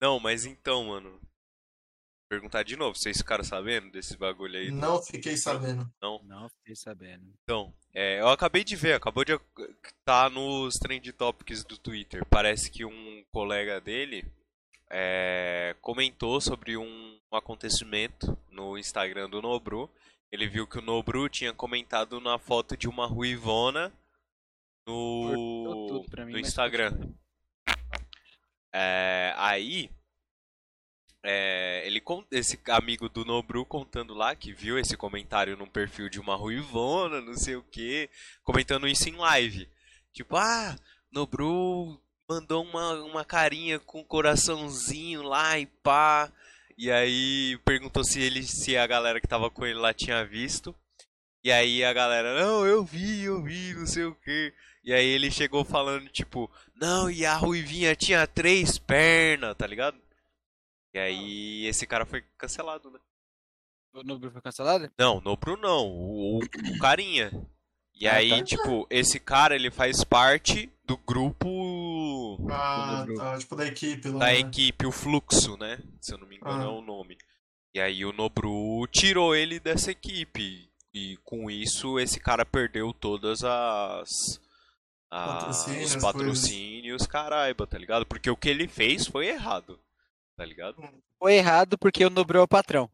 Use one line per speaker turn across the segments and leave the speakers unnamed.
Não, mas então, mano. Perguntar de novo, vocês ficaram sabendo desse bagulho aí?
Não fiquei sabendo.
Não fiquei sabendo.
Então, é, eu acabei de ver, acabou de ac- tá nos trend topics do Twitter. Parece que um colega dele é, comentou sobre um, um acontecimento no Instagram do Nobru. Ele viu que o Nobru tinha comentado na foto de uma ruivona
Cortou
no,
tudo pra mim,
no
mas
Instagram.
continua.
É, aí, é, ele con- esse amigo do Nobru contando lá que viu esse comentário num perfil de uma ruivona, não sei o que, comentando isso em live. Tipo, ah, Nobru mandou uma, uma carinha com um coraçãozinho lá e pá. E aí perguntou se ele, se a galera que tava com ele lá tinha visto. E aí a galera, não, eu vi, eu vi, não sei o que. E aí ele chegou falando, tipo, não, e a Ruivinha tinha três pernas, tá ligado? E aí esse cara foi cancelado, né?
O Nobru foi cancelado?
Não, Nobru não, o, o- o carinha. E
Ah,
aí,
tá.
tipo, esse cara, ele faz parte do grupo
Ah,
Nobru.
tá. Tipo da equipe lá.
da
né?
equipe, o Fluxo, né? Se eu não me engano
Ah.
é o nome. E aí o Nobru tirou ele dessa equipe. E com isso, esse cara perdeu todas as... a-
Patrocínio,
os
as
patrocínios, caraiba, tá ligado? Porque o que ele fez foi errado, tá ligado?
Foi errado porque o Nobru é o patrão.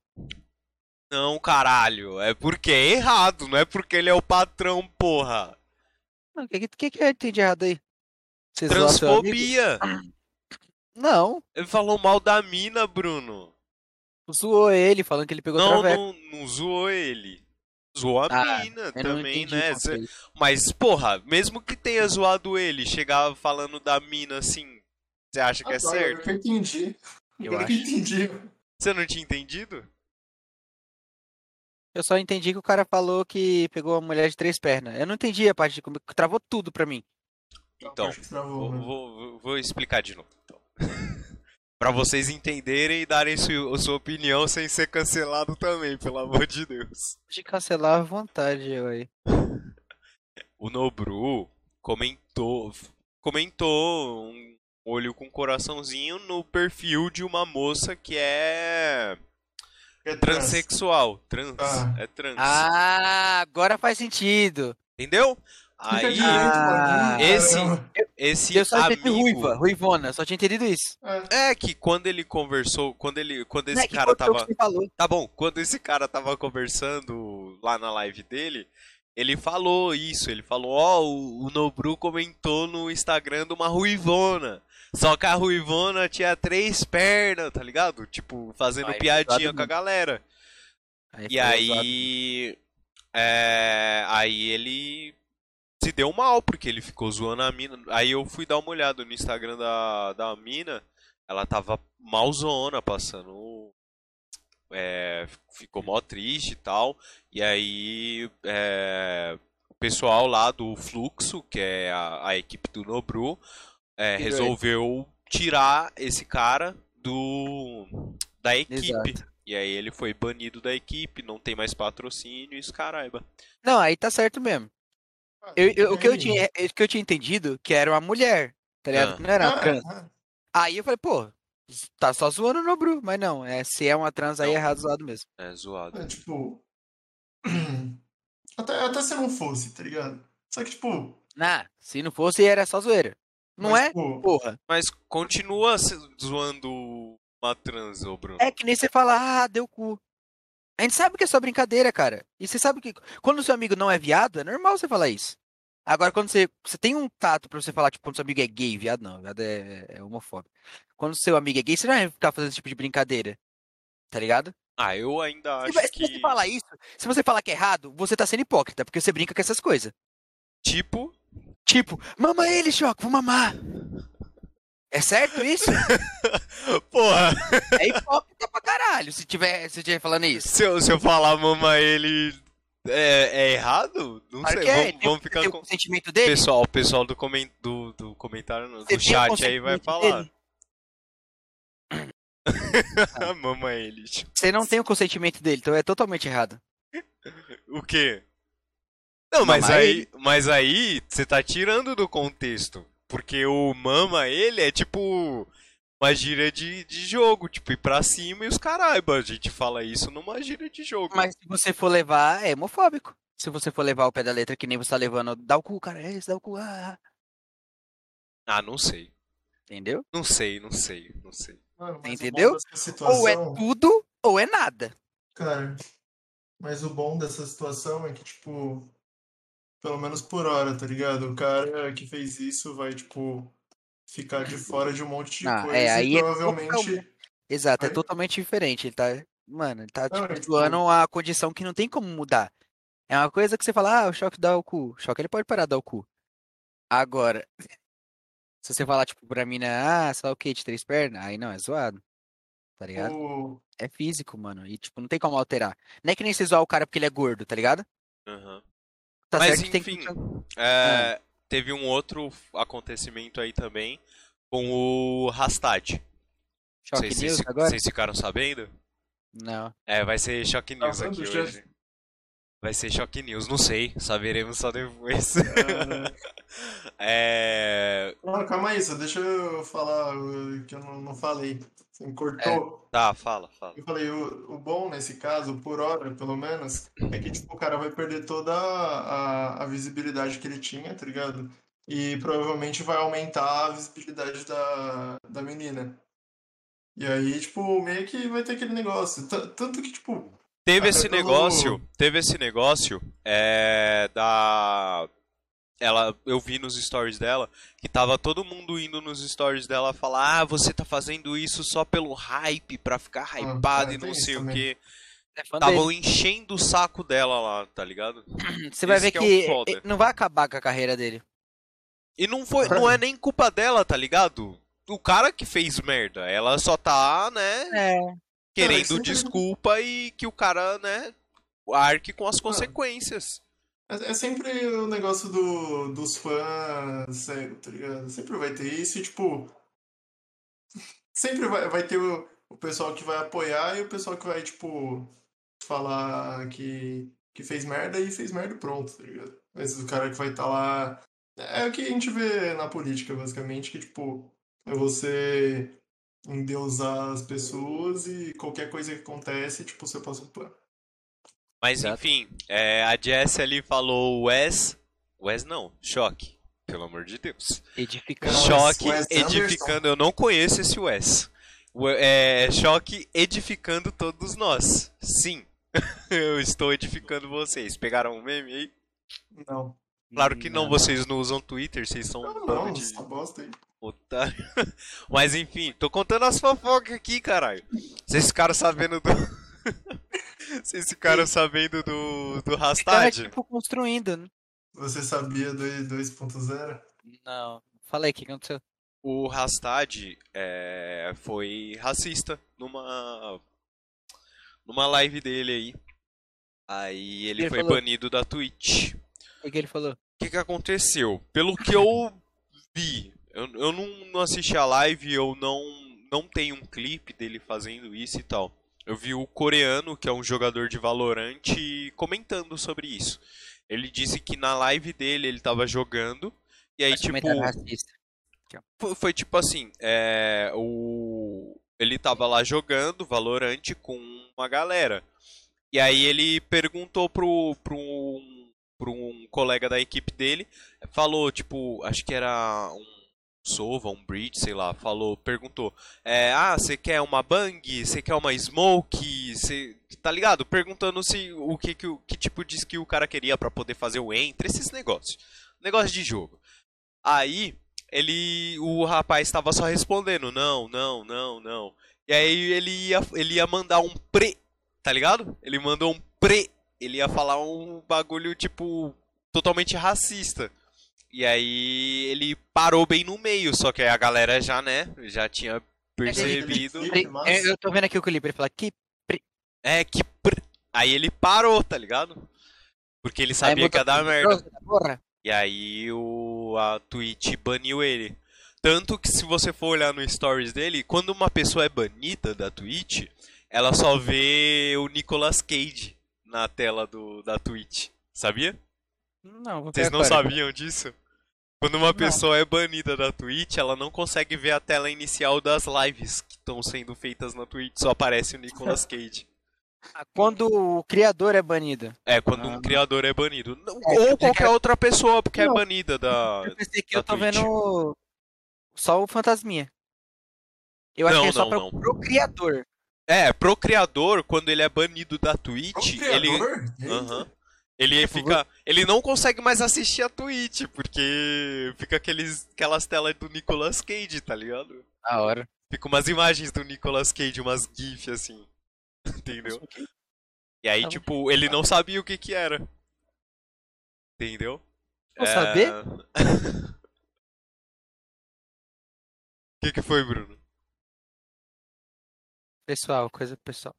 Não, caralho, é porque é errado, não é porque ele é o patrão, porra.
Não, o que, que, que tem de errado aí? Você zoar seu é amigo?
Transfobia.
Não.
Ele falou mal da mina, Bruno.
Zoou ele, falando que ele pegou
Não,
traveco.
não, não zoou ele. Zoou a
Ah,
mina
Eu não
também,
entendi o
né? Cê-
conceito.
Mas, porra, mesmo que tenha zoado ele, chegar falando da mina assim, você acha que é
Ah, tá, agora
certo?
que eu entendi.
Eu
Agora que eu
acho.
entendi.
Você não tinha entendido?
Eu só entendi que o cara falou que pegou uma mulher de três pernas. Eu não entendi a parte de como travou tudo pra mim.
Então,
Acho que
Vou,
travou, né?
vou- vou- vou explicar de novo. Então. pra vocês entenderem e darem su- sua opinião sem ser cancelado também, pelo amor de Deus.
De cancelar à vontade eu aí.
O Nobru comentou, comentou um olho com coraçãozinho no perfil de uma moça que é
É trans.
transexual. Trans.
Ah.
É trans.
Ah, agora faz sentido.
Entendeu?
Fica
Aí,
direito, mano.
Ah,
Ih,
esse-
caramba.
esse
eu só entendi
amigo.
ruiva, ruivona, só tinha entendido isso.
É que quando ele conversou, quando ele, quando
Não
esse
é que
cara
cortou o
tava,
que você falou.
tá bom, quando esse cara tava conversando lá na live dele, ele falou isso, ele falou, ó, o, o Nobru comentou no Instagram de uma ruivona. Só que a ruivona tinha três pernas, tá ligado? Tipo, fazendo
Aí foi
piadinha
zoado
com a
mesmo.
galera. E
foi zoado.
aí. é, aí ele se deu mal, porque ele ficou zoando a mina. Aí eu fui dar uma olhada no Instagram da, da mina. Ela tava malzona, passando. é, ficou mó triste e tal. E aí. é, o pessoal lá do Fluxo, que é a, a equipe do Nobru, é,
Tirou ele.
resolveu tirar esse cara do da equipe.
Exato.
E aí ele foi banido da equipe, não tem mais patrocínio, isso caraiba.
Não, aí tá certo mesmo.
Ah,
Eu- eu- o, que eu
aí.
tinha, o que eu tinha entendido que era uma mulher, tá ligado?
Ah.
Que Não era uma
Ah,
trans.
ah,
Aí eu falei, pô, tá só zoando o Nobru, mas não, é, se é uma trans aí
Não.
é errado zoado mesmo.
É zoado.
é, tipo. Até, até se não fosse, tá ligado? Só que, tipo.
Nah, se não fosse era só zoeira. Não
mas,
é?
tipo,
Porra.
Mas continua se- zoando uma trans, ô Bruno.
É que nem você fala, ah, deu cu. A gente sabe que é só brincadeira, cara. E você sabe que quando seu amigo não é viado, é normal você falar isso. Agora, quando você, você tem um tato pra você falar, tipo, quando seu amigo é gay, viado não, viado é, é homofóbico. Quando seu amigo é gay, você não vai ficar fazendo esse tipo de brincadeira. Tá ligado?
Ah, eu ainda
Se,
acho
vai- se
que.
você falar isso, se você falar que é errado, você tá sendo hipócrita, porque você brinca com essas coisas.
Tipo,
Tipo, mama ele, Choco, vou mamar. É certo isso?
porra,
É hipócrita pra caralho se tiver, se tiver falando isso.
se eu, se eu falar mama ele é, é errado? Não
Claro
sei,
que é,
vamos,
tem-
vamos ficar
tem
com.
o sentimento
O
dele.
pessoal, o pessoal do, comen- do, do comentário, não,
Você
do
tem o
chat aí vai
consentimento
falar.
dele?
mama ele. tipo,
Você não tem o consentimento dele, então é totalmente errado.
O quê? Não, mas
Mama
aí, mas aí você tá tirando do contexto, porque o mama ele é tipo uma gíria de, de jogo, tipo, ir pra cima e os caralho, a gente fala isso numa gíria de jogo.
Mas se você for levar, é homofóbico. Se você for levar o pé da letra que nem você tá levando, dá o cu, cara, é isso, dá o cu, ah, ah.
Ah, não sei.
entendeu?
Não sei, não sei, não sei.
Mano, mas
Entendeu?
O bom dessa situação,
Ou é tudo, ou é nada.
Cara, mas o bom dessa situação é que, tipo, pelo menos por hora, tá ligado? O cara que fez isso vai, tipo, ficar de fora de um monte de
Ah, é,
coisa
aí
e
é
provavelmente.
Exato, é
Aí-
totalmente diferente. Ele tá, mano, ele tá
Não,
tipo,
é tipo-
zoando uma condição que não tem como mudar. É uma coisa que você fala, ah, o choque dá o cu. O choque ele pode parar de dar o cu. Agora, se você falar, tipo, pra mina, ah, só o quê? De três pernas? Aí não, é zoado. Tá ligado?
o-
É físico, mano. E, tipo, não tem como alterar. Não é que nem você zoar o cara porque ele é gordo, tá ligado?
Aham.
Tá
Mas,
certo que tem que. Ah.
enfim, É, Teve um outro acontecimento aí também com o Rastad.
Choque
Vocês-
news
vocês-
agora?
vocês ficaram sabendo?
Não.
É, vai ser Choque News
Tá vendo,
aqui
chefe?
hoje. Vai ser Choque News, não sei, saberemos só depois.
É.
é...
Não, calma aí, só deixa eu falar uh, que eu não, não falei. Você
É.
me cortou.
Tá, fala, fala.
Eu falei, o, o bom nesse caso, por hora, pelo menos, é que tipo, o cara vai perder toda a, a- a visibilidade que ele tinha, tá ligado? E provavelmente vai aumentar a visibilidade da, da menina. E aí, tipo, meio que vai ter aquele negócio. Tan- Tanto que, tipo,
Teve
Ah,
esse
eu tô no-
negócio, teve esse negócio é, da ela, eu vi nos stories dela que tava todo mundo indo nos stories dela falar: "Ah, você tá fazendo isso só pelo hype, pra ficar hypado
é,
e não
tem isso
sei o
também.
quê".
É fã dele.
Estavam enchendo o saco dela lá, tá ligado?
Você vai
isso
ver
que
que,
é o foda.
eh, não vai acabar com a carreira dele.
E não foi,
Pra
não é nem culpa dela, tá ligado? O cara que fez merda, ela só tá, né,
É.
querendo
sempre-
desculpa e que o cara, né, arque com as consequências.
é, é sempre o negócio do, dos fãs cego, tá ligado? Sempre vai ter isso e, tipo, sempre vai, vai ter o, o pessoal que vai apoiar e o pessoal que vai, tipo, falar que, que fez merda e fez merda e pronto, tá ligado? Mas o cara que vai estar lá. É o que a gente vê na política, basicamente, que, tipo, é você endeusar as pessoas e qualquer coisa que acontece, tipo, você passa o pano.
Mas
Exato.
enfim, é, a Jess ali falou Wes, Wes não, choque, pelo amor de Deus.
Edificante.
Não,
choque
Wes Anderson.
edificando, eu não conheço esse Wes. We- É, choque edificando todos nós. Sim. Eu estou edificando vocês. Pegaram um meme aí?
Não.
Claro
assim,
que não, vocês não usam Twitter, vocês são um
Uhum. Não,
bando
não,
de
essa bosta aí.
otário. Mas enfim, tô contando as fofocas aqui, caralho. Vocês ficaram sabendo do. Vocês ficaram sabendo do, do
Então é,
Rastad?
tipo, construindo, né?
Você sabia do 2.0?
Não. Fala aí, o que aconteceu?
O Rastad é, foi racista numa numa live dele aí. Aí ele,
Ele
foi
falou.
banido da Twitch.
O que que ele falou?
O que, que aconteceu? Pelo que eu vi, eu, eu não, não assisti a live, eu não, não tenho um clipe dele fazendo isso e tal. Eu vi o coreano, que é um jogador de Valorant, comentando sobre isso. Ele disse que na live dele ele tava jogando, e aí,
Mas
tipo,
comentário racista.
foi, foi tipo assim, é, o ele tava lá jogando Valorant com uma galera. E aí ele perguntou pro pro um, pro um colega da equipe dele, falou tipo, acho que era um Sova, um Bridge, sei lá, falou, perguntou, é, ah, você quer uma Bang? Você quer uma Smoke? Você tá ligado? Perguntando se o que que, o- que tipo de skill o cara queria pra poder fazer o entre esses negócios. Negócio de jogo. Aí ele o rapaz estava só respondendo não não não não e aí ele ia ele ia mandar um pre tá ligado ele mandou um pre ele ia falar um bagulho tipo totalmente racista e aí ele parou bem no meio só que aí a galera já né já tinha percebido
Ih,
Ele-
massa.
é, eu tô vendo aqui o clipe, ele fala que
é que pre... aí ele parou tá ligado porque ele sabia que ia dar merda
Porra.
e aí o, a Twitch baniu ele. Tanto que se você for olhar no stories dele, quando uma pessoa é banida da Twitch, ela só vê o Nicolas Cage na tela do, da Twitch. Sabia?
Não, vou ver É,
Vocês não
agora.
sabiam disso? Quando uma pessoa é banida da Twitch, ela não consegue ver a tela inicial das lives que estão sendo feitas na Twitch, só aparece o Nicolas Cage.
Ah, Quando o criador é banido.
É, quando um
Ah.
criador é banido. Não-
É, eu
Ou
tenho
qualquer
que-
outra pessoa, porque é
Não.
banida da.
Eu pensei que
da
eu tô
Twitch.
vendo só o Fantasminha. Eu acho
Não,
que é só
não,
pra,
não.
pro criador.
É, pro criador, quando ele é banido da
Como
Twitch, ele.
criador? Eita.
Aham. Ele
favor.
fica. Ele não consegue mais assistir a Twitch, porque fica aqueles, aquelas telas do Nicolas Cage, tá ligado?
Da hora.
Fica umas imagens do Nicolas Cage, umas GIFs assim. Entendeu? E aí,
É
Tá bom.
tipo, ele não sabia o que que era. Entendeu?
Vou saber?
O que que foi, Bruno?
Pessoal, coisa pessoal.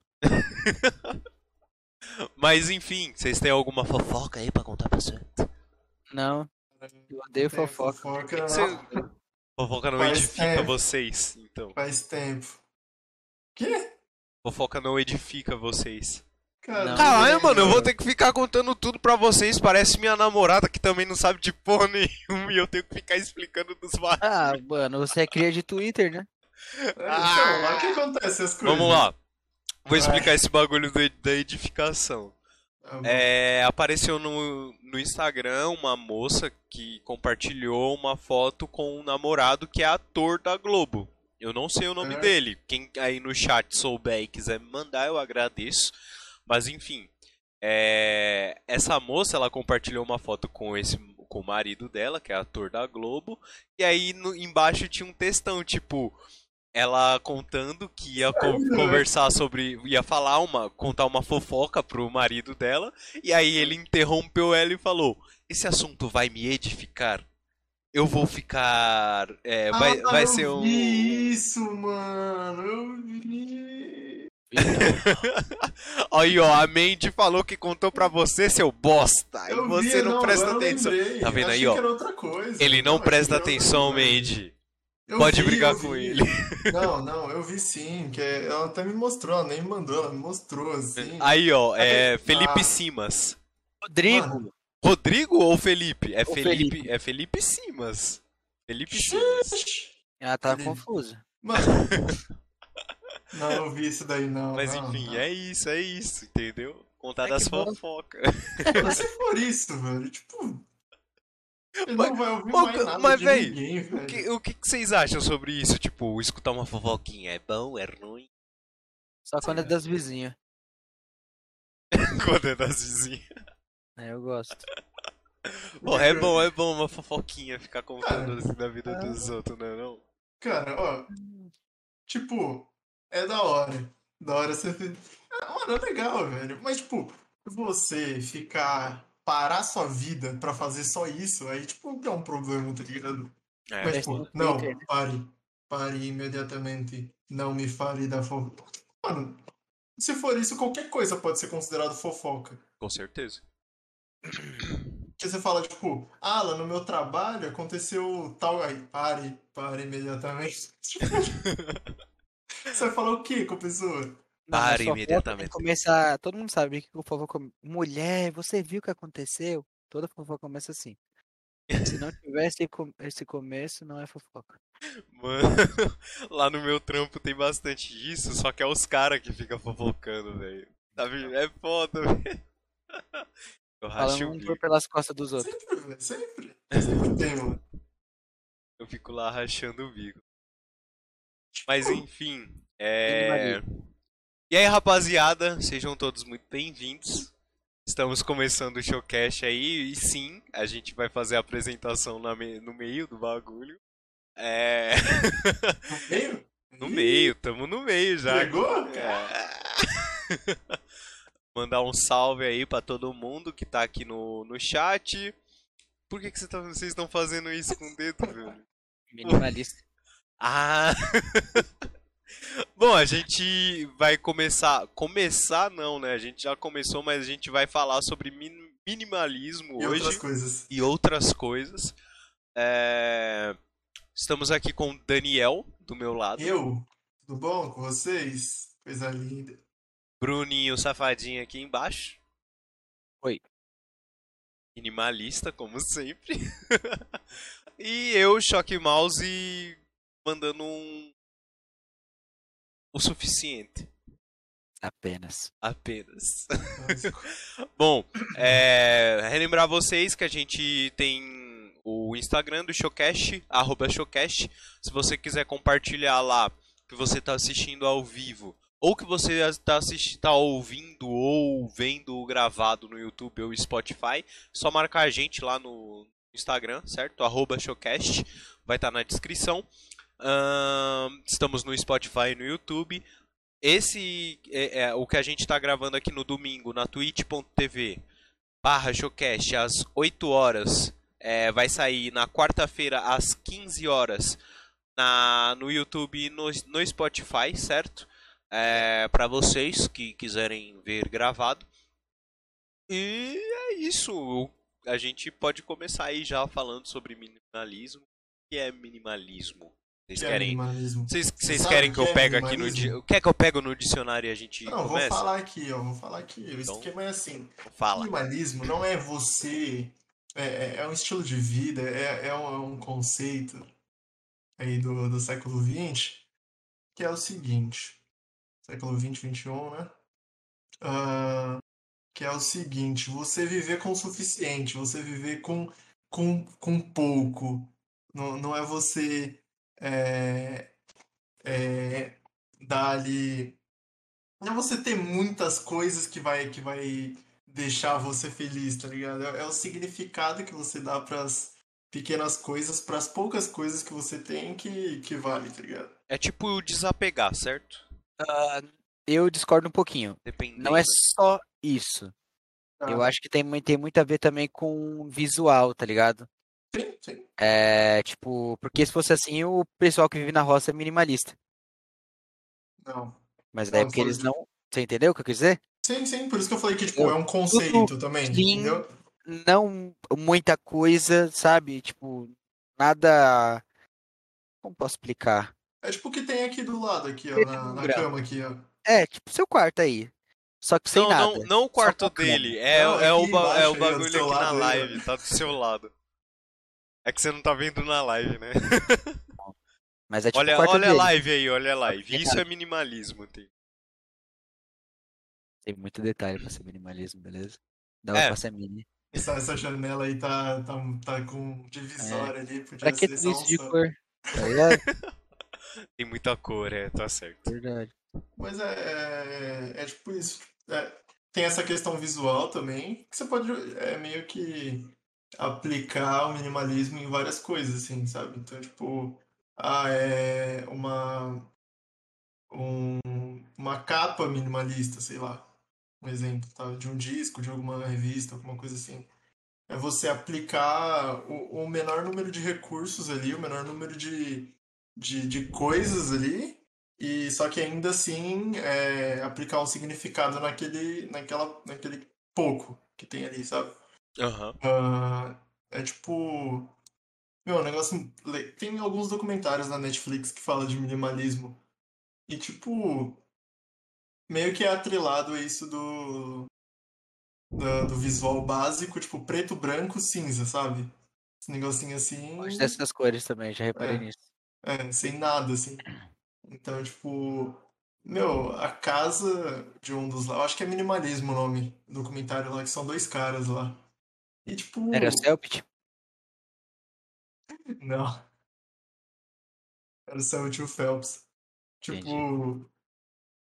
Mas enfim, vocês têm alguma fofoca aí pra contar pra você?
Não, eu odeio
Tem
fofoca.
fofoca
Você- Fofoca não
Mas,
edifica
é.
vocês, então.
faz tempo. Quê?
Fofoca não edifica vocês.
Cara,
Não.
Caralho, mano, eu vou ter que ficar contando tudo pra vocês. Parece minha namorada que também não sabe de porra nenhuma e eu tenho que ficar explicando dos vários.
Ah, mano, você é cria de Twitter, né?
Então, lá que acontece as coisas.
Ah. Vamos lá. Vou
Vai.
explicar esse bagulho do- da edificação.
Tá bom.
É, apareceu no, no Instagram uma moça que compartilhou uma foto com um namorado que é ator da Globo. Eu não sei o nome
É.
dele. Quem aí no chat souber e quiser me mandar, eu agradeço. Mas enfim, é, essa moça ela compartilhou uma foto com esse com o marido dela, que é ator da Globo, e aí no- embaixo tinha um textão, tipo, ela contando que ia co-
Caralho,
conversar sobre, ia falar uma, contar uma fofoca pro marido dela, e aí ele interrompeu ela e falou: "Esse assunto vai me edificar. Eu vou ficar, é, vai,
Ah,
vai
eu
ser um
vi isso, mano. Eu vi.
Aí, ó, a Mandy falou que contou pra você, seu bosta. E
Eu
você
vi,
não,
não,
presta
agora eu
atenção.
lembrei.
Tá vendo
Achei
aí,
que
ó?
era outra coisa.
Ele não
achei
presta
que era outra
atenção,
coisa.
Mandy.
Eu
Pode
vi,
brigar
eu
com
vi.
ele.
Não, não, eu vi sim, que é- ela até me mostrou, ela nem me mandou, ela me mostrou assim.
Aí, ó, é
Ah.
Felipe Simas.
Rodrigo.
Mano.
Rodrigo ou Felipe? É
Ou
Felipe,
Felipe.
é Felipe Simas. Felipe Simas.
Ela tá
Rodrigo.
confusa.
Mano. Não, eu vi isso daí, não.
Mas
não,
enfim,
não.
é isso, é isso, entendeu? Contar
Ai,
das
que bom.
fofocas.
Mas se for isso, velho, tipo. Ele
Mas-
não vai ouvir
mas-
mais nada
mas,
de
véi,
ninguém, velho.
O que, o que que vocês acham sobre isso? Tipo, escutar uma fofoquinha é bom, é ruim?
Só quando é das vizinhas.
Quando é das vizinhas.
É, eu gosto.
Pô, é bom, é bom uma fofoquinha ficar contando
Ah.
assim da vida dos outros, né? Não?
Cara, ó. Tipo, é da hora. Da hora você. Da hora é legal, velho. Mas, tipo, você ficar. Parar sua vida pra fazer só isso, aí, tipo, é um problema, tá ligado?
É.
Mas,
É,
tipo,
no
não,
Twitter, né?
pare. Pare imediatamente. Não me fale da fofoca. Mano, se for isso, qualquer coisa pode ser considerado fofoca.
Com certeza.
Porque você fala, tipo, ah, lá no meu trabalho aconteceu tal. Aí, pare, pare imediatamente. você vai falar o quê com a pessoa?
Não, mas
Para
fofoca tem que
imediatamente.
Começar, todo mundo sabe que o fofoca. Mulher, você viu o que aconteceu? Toda fofoca começa assim. Se não tiver esse, com- esse começo, não é fofoca.
Mano, lá no meu trampo tem bastante disso, só que é os caras que ficam fofocando, velho. Tá vendo? É foda, velho. Eu racho o
Falando um
bico.
por pelas costas dos outros.
Sempre, velho, sempre. Sempre tem, mano.
Eu fico lá rachando o bico. Mas enfim, é.
Maria.
E aí, rapaziada, sejam todos muito bem-vindos. Estamos começando o showcast aí, e sim, a gente vai fazer a apresentação na me- no meio do bagulho. É.
No meio?
No
Ih,
meio, tamo no meio já.
Pegou?
É. Mandar um salve aí pra todo mundo que tá aqui no, no chat. Por que, que você tá- vocês estão fazendo isso com o dedo, velho?
Minimalista.
Ah! Bom, a gente vai começar. Começar não, né? A gente já começou, mas a gente vai falar sobre min- minimalismo
E
É, hoje
outras coisas.
e outras coisas. É, Estamos aqui com o Daniel, do meu lado.
Eu? Tudo bom com vocês? Coisa linda.
Bruninho Safadinho aqui embaixo.
Oi.
Minimalista, como sempre. E eu, choque mouse, mandando um. O suficiente.
Apenas.
Apenas. Bom, é, relembrar vocês que a gente tem o Instagram do Showcast, arroba Showcast. Se você quiser compartilhar lá que você está assistindo ao vivo, ou que você está tá ouvindo ou vendo gravado no YouTube ou Spotify, só marcar a gente lá no Instagram, certo? Arroba Showcast, vai estar tá na descrição. Ahn, estamos no Spotify e no YouTube. Esse é, é, o que a gente está gravando aqui no domingo na twitch.tv barra showcast às 8 horas. É, vai sair na quarta-feira às 15 horas na, no YouTube e no, no Spotify, certo? É, para vocês que quiserem ver gravado. E é isso. A gente pode começar aí já falando sobre minimalismo. O que é minimalismo? Vocês
Que é
querem
minimalismo.
vocês, vocês
Sabe
querem
o
que
que
eu
é
pegue aqui no
minimalismo?
di... O que é que eu pego no dicionário e a gente
Não, eu vou
começa?
falar aqui, ó, vou falar aqui. O
Então-
esquema é assim.
Fala.
Minimalismo não é você, é, é- é um estilo de vida, é, é um, é um conceito aí do, do século XX, que é o seguinte, século XX, XXI, né? Ah, que é o seguinte, você viver com o suficiente, você viver com, com, com pouco. Não, não é você é, é, dar ali. Não é você ter muitas coisas que vai, que vai deixar você feliz, tá ligado? É, é o significado que você dá pras pequenas coisas, pras poucas coisas que você tem que, que vale, tá ligado?
É tipo desapegar, certo?
Ah, eu discordo um pouquinho.
Dependendo.
Não é só isso.
Ah.
Eu acho que tem, mui- tem muito a ver também com visual, tá ligado?
Sim, sim.
É, tipo, porque se fosse assim, o pessoal que vive na roça é minimalista.
Não.
Mas daí
Não,
porque eles
foi-
não. Você entendeu o que eu quis dizer?
Sim, sim, por isso que eu falei que, tipo, é um conceito também,
Sim.
entendeu?
não muita coisa, sabe? Tipo, nada. Como posso explicar?
É tipo o que tem aqui do lado, aqui, ó, na, na
Fechadura.
cama aqui, ó.
É, tipo, seu quarto aí. Só que sem
não,
nada.
não, não o quarto
pouquinho.
dele. É,
Não,
é, o
aqui
ba- é o
embaixo aí, ó, do
bagulho
seu
aqui na
lado né? aí, ó.
live. Tá do seu lado. É que você não tá vendo na live, né?
Mas é tipo o
olha
Tipo, quarto
olha a
dele.
live aí, olha a live.
Tem
Isso é minimalismo. Tem.
Tem muito detalhe pra ser minimalismo, beleza? Dá
É.
pra ser mini.
Essa, essa janela aí tá, tá, tá com divisória ali, podia
É. Pra que
ser
tudo
só
isso
um
de
só.
cor? Tá ligado?
Tem muita cor, é, tá certo.
Verdade.
Mas é, é, é tipo isso. É, tem essa questão visual também, que você pode é, meio que aplicar o minimalismo em várias coisas, assim, sabe? Então, tipo, ah, é uma, um, uma capa minimalista, sei lá, um exemplo, tá? De um disco, de alguma revista, alguma coisa assim. É você aplicar o, o menor número de recursos ali, o menor número de, de, de coisas ali. E só que ainda assim é, aplicar um significado naquele, naquela, naquele pouco que tem ali, sabe?
Aham.
Ah, é tipo. Meu, um negócio. le- Tem alguns documentários na Netflix que falam de minimalismo. E tipo. Meio que é atrelado a isso do. da- do visual básico, tipo preto, branco, cinza, sabe? Esse negocinho assim.
Gosto dessas cores também, já reparei
É.
nisso.
É, sem nada, assim. Então, tipo, meu, a casa de um dos lá, eu acho que é minimalismo o nome do documentário lá, que são dois caras lá. E tipo,
Era o Selbit?
não, era o Samuel Tio Phelps.
Entendi.
Tipo,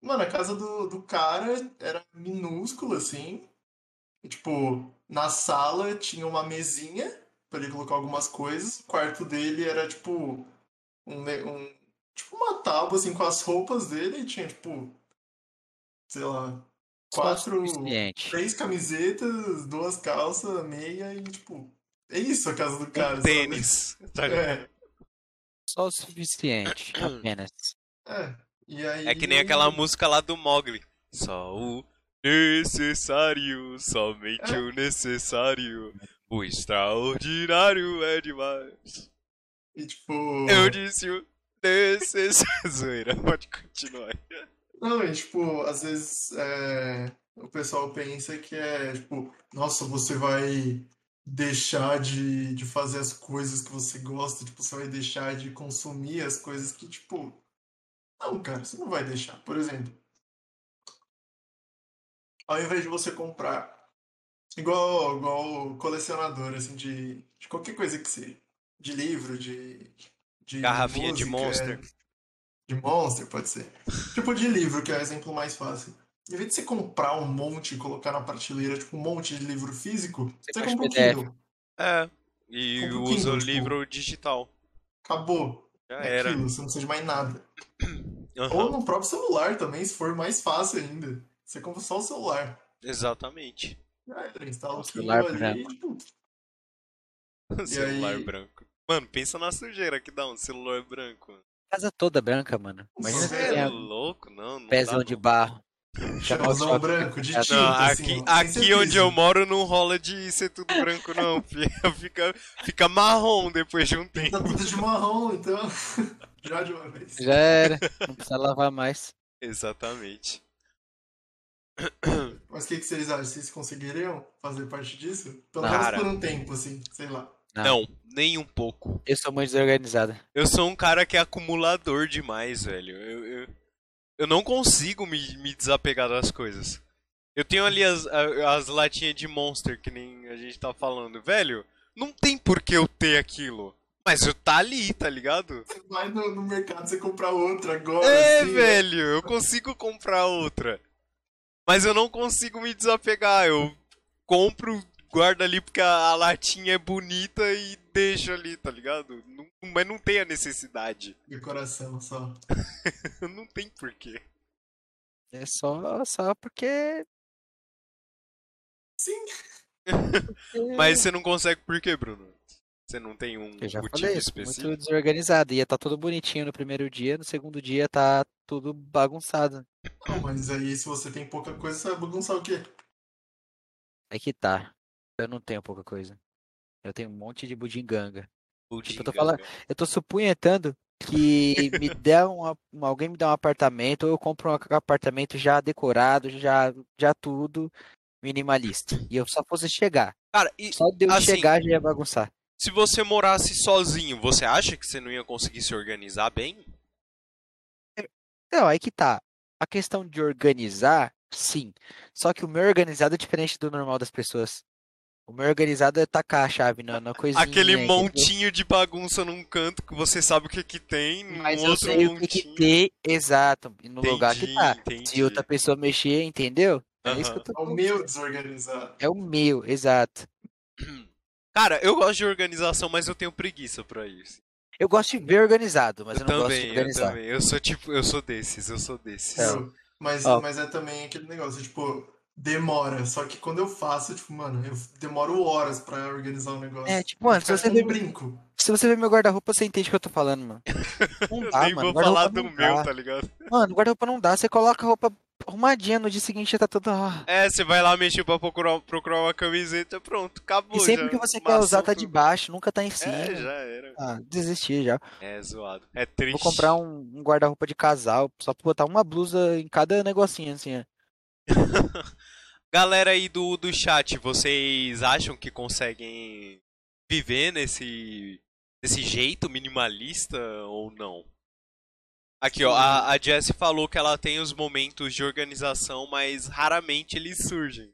mano, a casa do, do cara era minúscula, assim. E, tipo, na sala tinha uma mesinha pra ele colocar algumas coisas. O quarto dele era, tipo, um, ne- um- tipo uma tábua, assim, com as roupas dele. E tinha, tipo, sei lá,
Só o
quatro,
assim, é.
suficiente.
três camisetas, duas calças, meia e, tipo, é isso a casa do
Um
cara, sabe?
tênis. tá ligado?
É,
Só o suficiente. Apenas.
é. E aí...
É que nem aquela música lá do Mogli. Só o necessário, somente
É.
o necessário. O extraordinário é demais.
E, tipo...
Eu disse o necessário. Zoeira, pode continuar.
Não, e tipo, às vezes é, o pessoal pensa que é tipo, nossa, você vai deixar de, de fazer as coisas que você gosta, tipo, você vai deixar de consumir as coisas que, tipo. Não, cara, você não vai deixar. Por exemplo, ao invés de você comprar igual, igual colecionador, assim, de, de qualquer coisa que seja, de livro, de. de
Garrafinha de
música,
Monster.
de Monster, pode ser. Tipo de livro, que é o exemplo mais fácil. Em vez de você comprar um monte e colocar na prateleira, tipo, um monte de livro físico,
Você
você
baixa
compra um
PDF.
Kindle.
É. E
Compra um
usa o
Kindle, tipo.
livro digital.
Acabou.
Já
É
era.
aquilo, você não precisa de mais nada.
Aham,
Ou no próprio celular também, se for mais fácil ainda. Você compra só o celular.
Exatamente.
Já era, instala
O
o Kindle
celular
ali e, tipo,
celular
aí?
branco. Mano, pensa na sujeira que dá um celular branco.
Casa toda branca, mano. Imagina
Você
Você
se
é
é
tem
louco, não. não
pezão
dá,
de
não.
barro.
chapéuzão
Chamar o
branco, de
Não,
tinta,
Não,
assim,
aqui,
ó, sem ser
aqui onde
piso.
eu moro não rola de ser tudo branco, não. filho. Fica, fica marrom depois de um tempo.
Tá tudo de marrom, então. Já de uma vez.
Já era. Não precisa lavar mais.
Exatamente.
Mas o que, que vocês acham? Vocês conseguiriam fazer parte disso? Pelo
Cara.
menos por um tempo, assim, sei lá.
Não, nem um pouco.
Eu sou muito desorganizada.
Eu sou um cara que é acumulador demais, velho. Eu, eu, eu não consigo me, me desapegar das coisas. Eu tenho ali as, a- as latinhas de Monster, que nem a gente tá falando. Velho, não tem por que eu ter aquilo. Mas eu tá ali, tá ligado?
Você vai no, no mercado, você comprar outra agora,
É,
né?
assim,
velho, eu consigo comprar outra. Mas eu não consigo me desapegar. Eu compro, guardo ali porque a, a latinha é bonita e deixo ali, tá ligado? Não- mas não tem a necessidade.
De coração só.
Não tem porquê.
É só, só porque.
Sim,
É.
Mas você não consegue por quê, Bruno? Você não tem um
Eu já
motivo
falei, eu sou
específico?
muito desorganizado. Ia tá tudo bonitinho no primeiro dia, no segundo dia tá tudo bagunçado.
não, mas aí se você tem pouca coisa, você vai bagunçar o quê?
Aí que tá. Eu não tenho pouca coisa. Eu tenho um monte de budinganga. Tipo, eu tô
Budinga,
falando-
cara.
Eu tô supunhetando que me der um, a- um- alguém me dá um apartamento, ou eu compro um a- apartamento já decorado, já, já tudo minimalista. E eu só fosse chegar.
Cara, e
Só de eu
Assim,
chegar já ia bagunçar.
se você morasse sozinho, você acha que você não ia conseguir se organizar bem?
Não, aí que tá. A questão de organizar, sim. Só que o meu organizado é diferente do normal das pessoas. O meu organizado é tacar a chave na, na coisinha.
Aquele
entendeu?
montinho de bagunça num canto que você sabe o que que tem, num
Mas eu
outro
sei o que
montinho.
que tem, exato, no lugar que tá. Se
entendi.
outra pessoa mexer, entendeu? É isso que
Aham.
eu tô
É o
falando.
meu desorganizado.
É o meu, exato.
Cara, eu gosto de organização, mas eu tenho preguiça pra isso.
Eu gosto de ver organizado, mas eu, não gosto de
também, eu
organizar.
também. Eu sou tipo, eu sou desses, eu sou desses.
É.
Entendeu? Mas,
Ó.
mas é também aquele negócio, tipo, demora. Só que quando eu faço, tipo, mano, eu demoro horas pra organizar o negócio.
É, tipo, mano, se
Fica
você,
tipo
ver,
um brinco.
se você ver meu guarda-roupa, você entende o que eu tô falando, mano. Não
Eu
dá,
nem
Ah, mano.
vou falar
guarda-roupa
do
não
meu,
dá.
tá ligado?
Mano, guarda-roupa não dá. Você coloca a roupa arrumadinha, no dia seguinte já tá tudo. ah.
É, você vai lá mexer pra procurar, procurar uma camiseta, pronto, acabou.
E sempre
já
que você quer
amassou
usar tá de
tudo.
baixo, nunca tá em cima.
É, já era.
Ah, desisti já.
É zoado. É triste.
Vou comprar um, um guarda-roupa de casal, só pra botar uma blusa em cada negocinho, assim. ó.
Galera aí do, do chat, vocês acham que conseguem viver nesse, nesse jeito minimalista ou não? Aqui, ó, a, a Jessie falou que ela tem os momentos de organização, mas raramente eles surgem.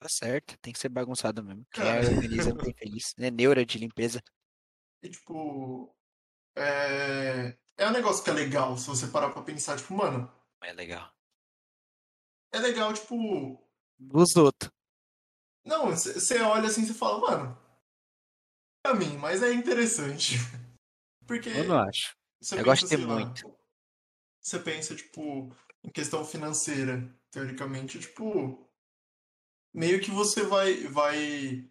Tá certo, tem que ser bagunçado mesmo.
É.
Quem
Cara.
organiza não tem feliz, né? Neura de limpeza.
E, tipo, é... é um negócio que é legal se você parar pra pensar, tipo, mano,
É legal.
é legal, tipo,
Os outros.
não, você olha assim e você fala, mano, pra mim, mas é interessante. Porque
Eu não acho.
você
eu gosto
pensa,
de ter
sei lá,
muito.
você pensa, tipo, em questão financeira, teoricamente, tipo, meio que você vai, vai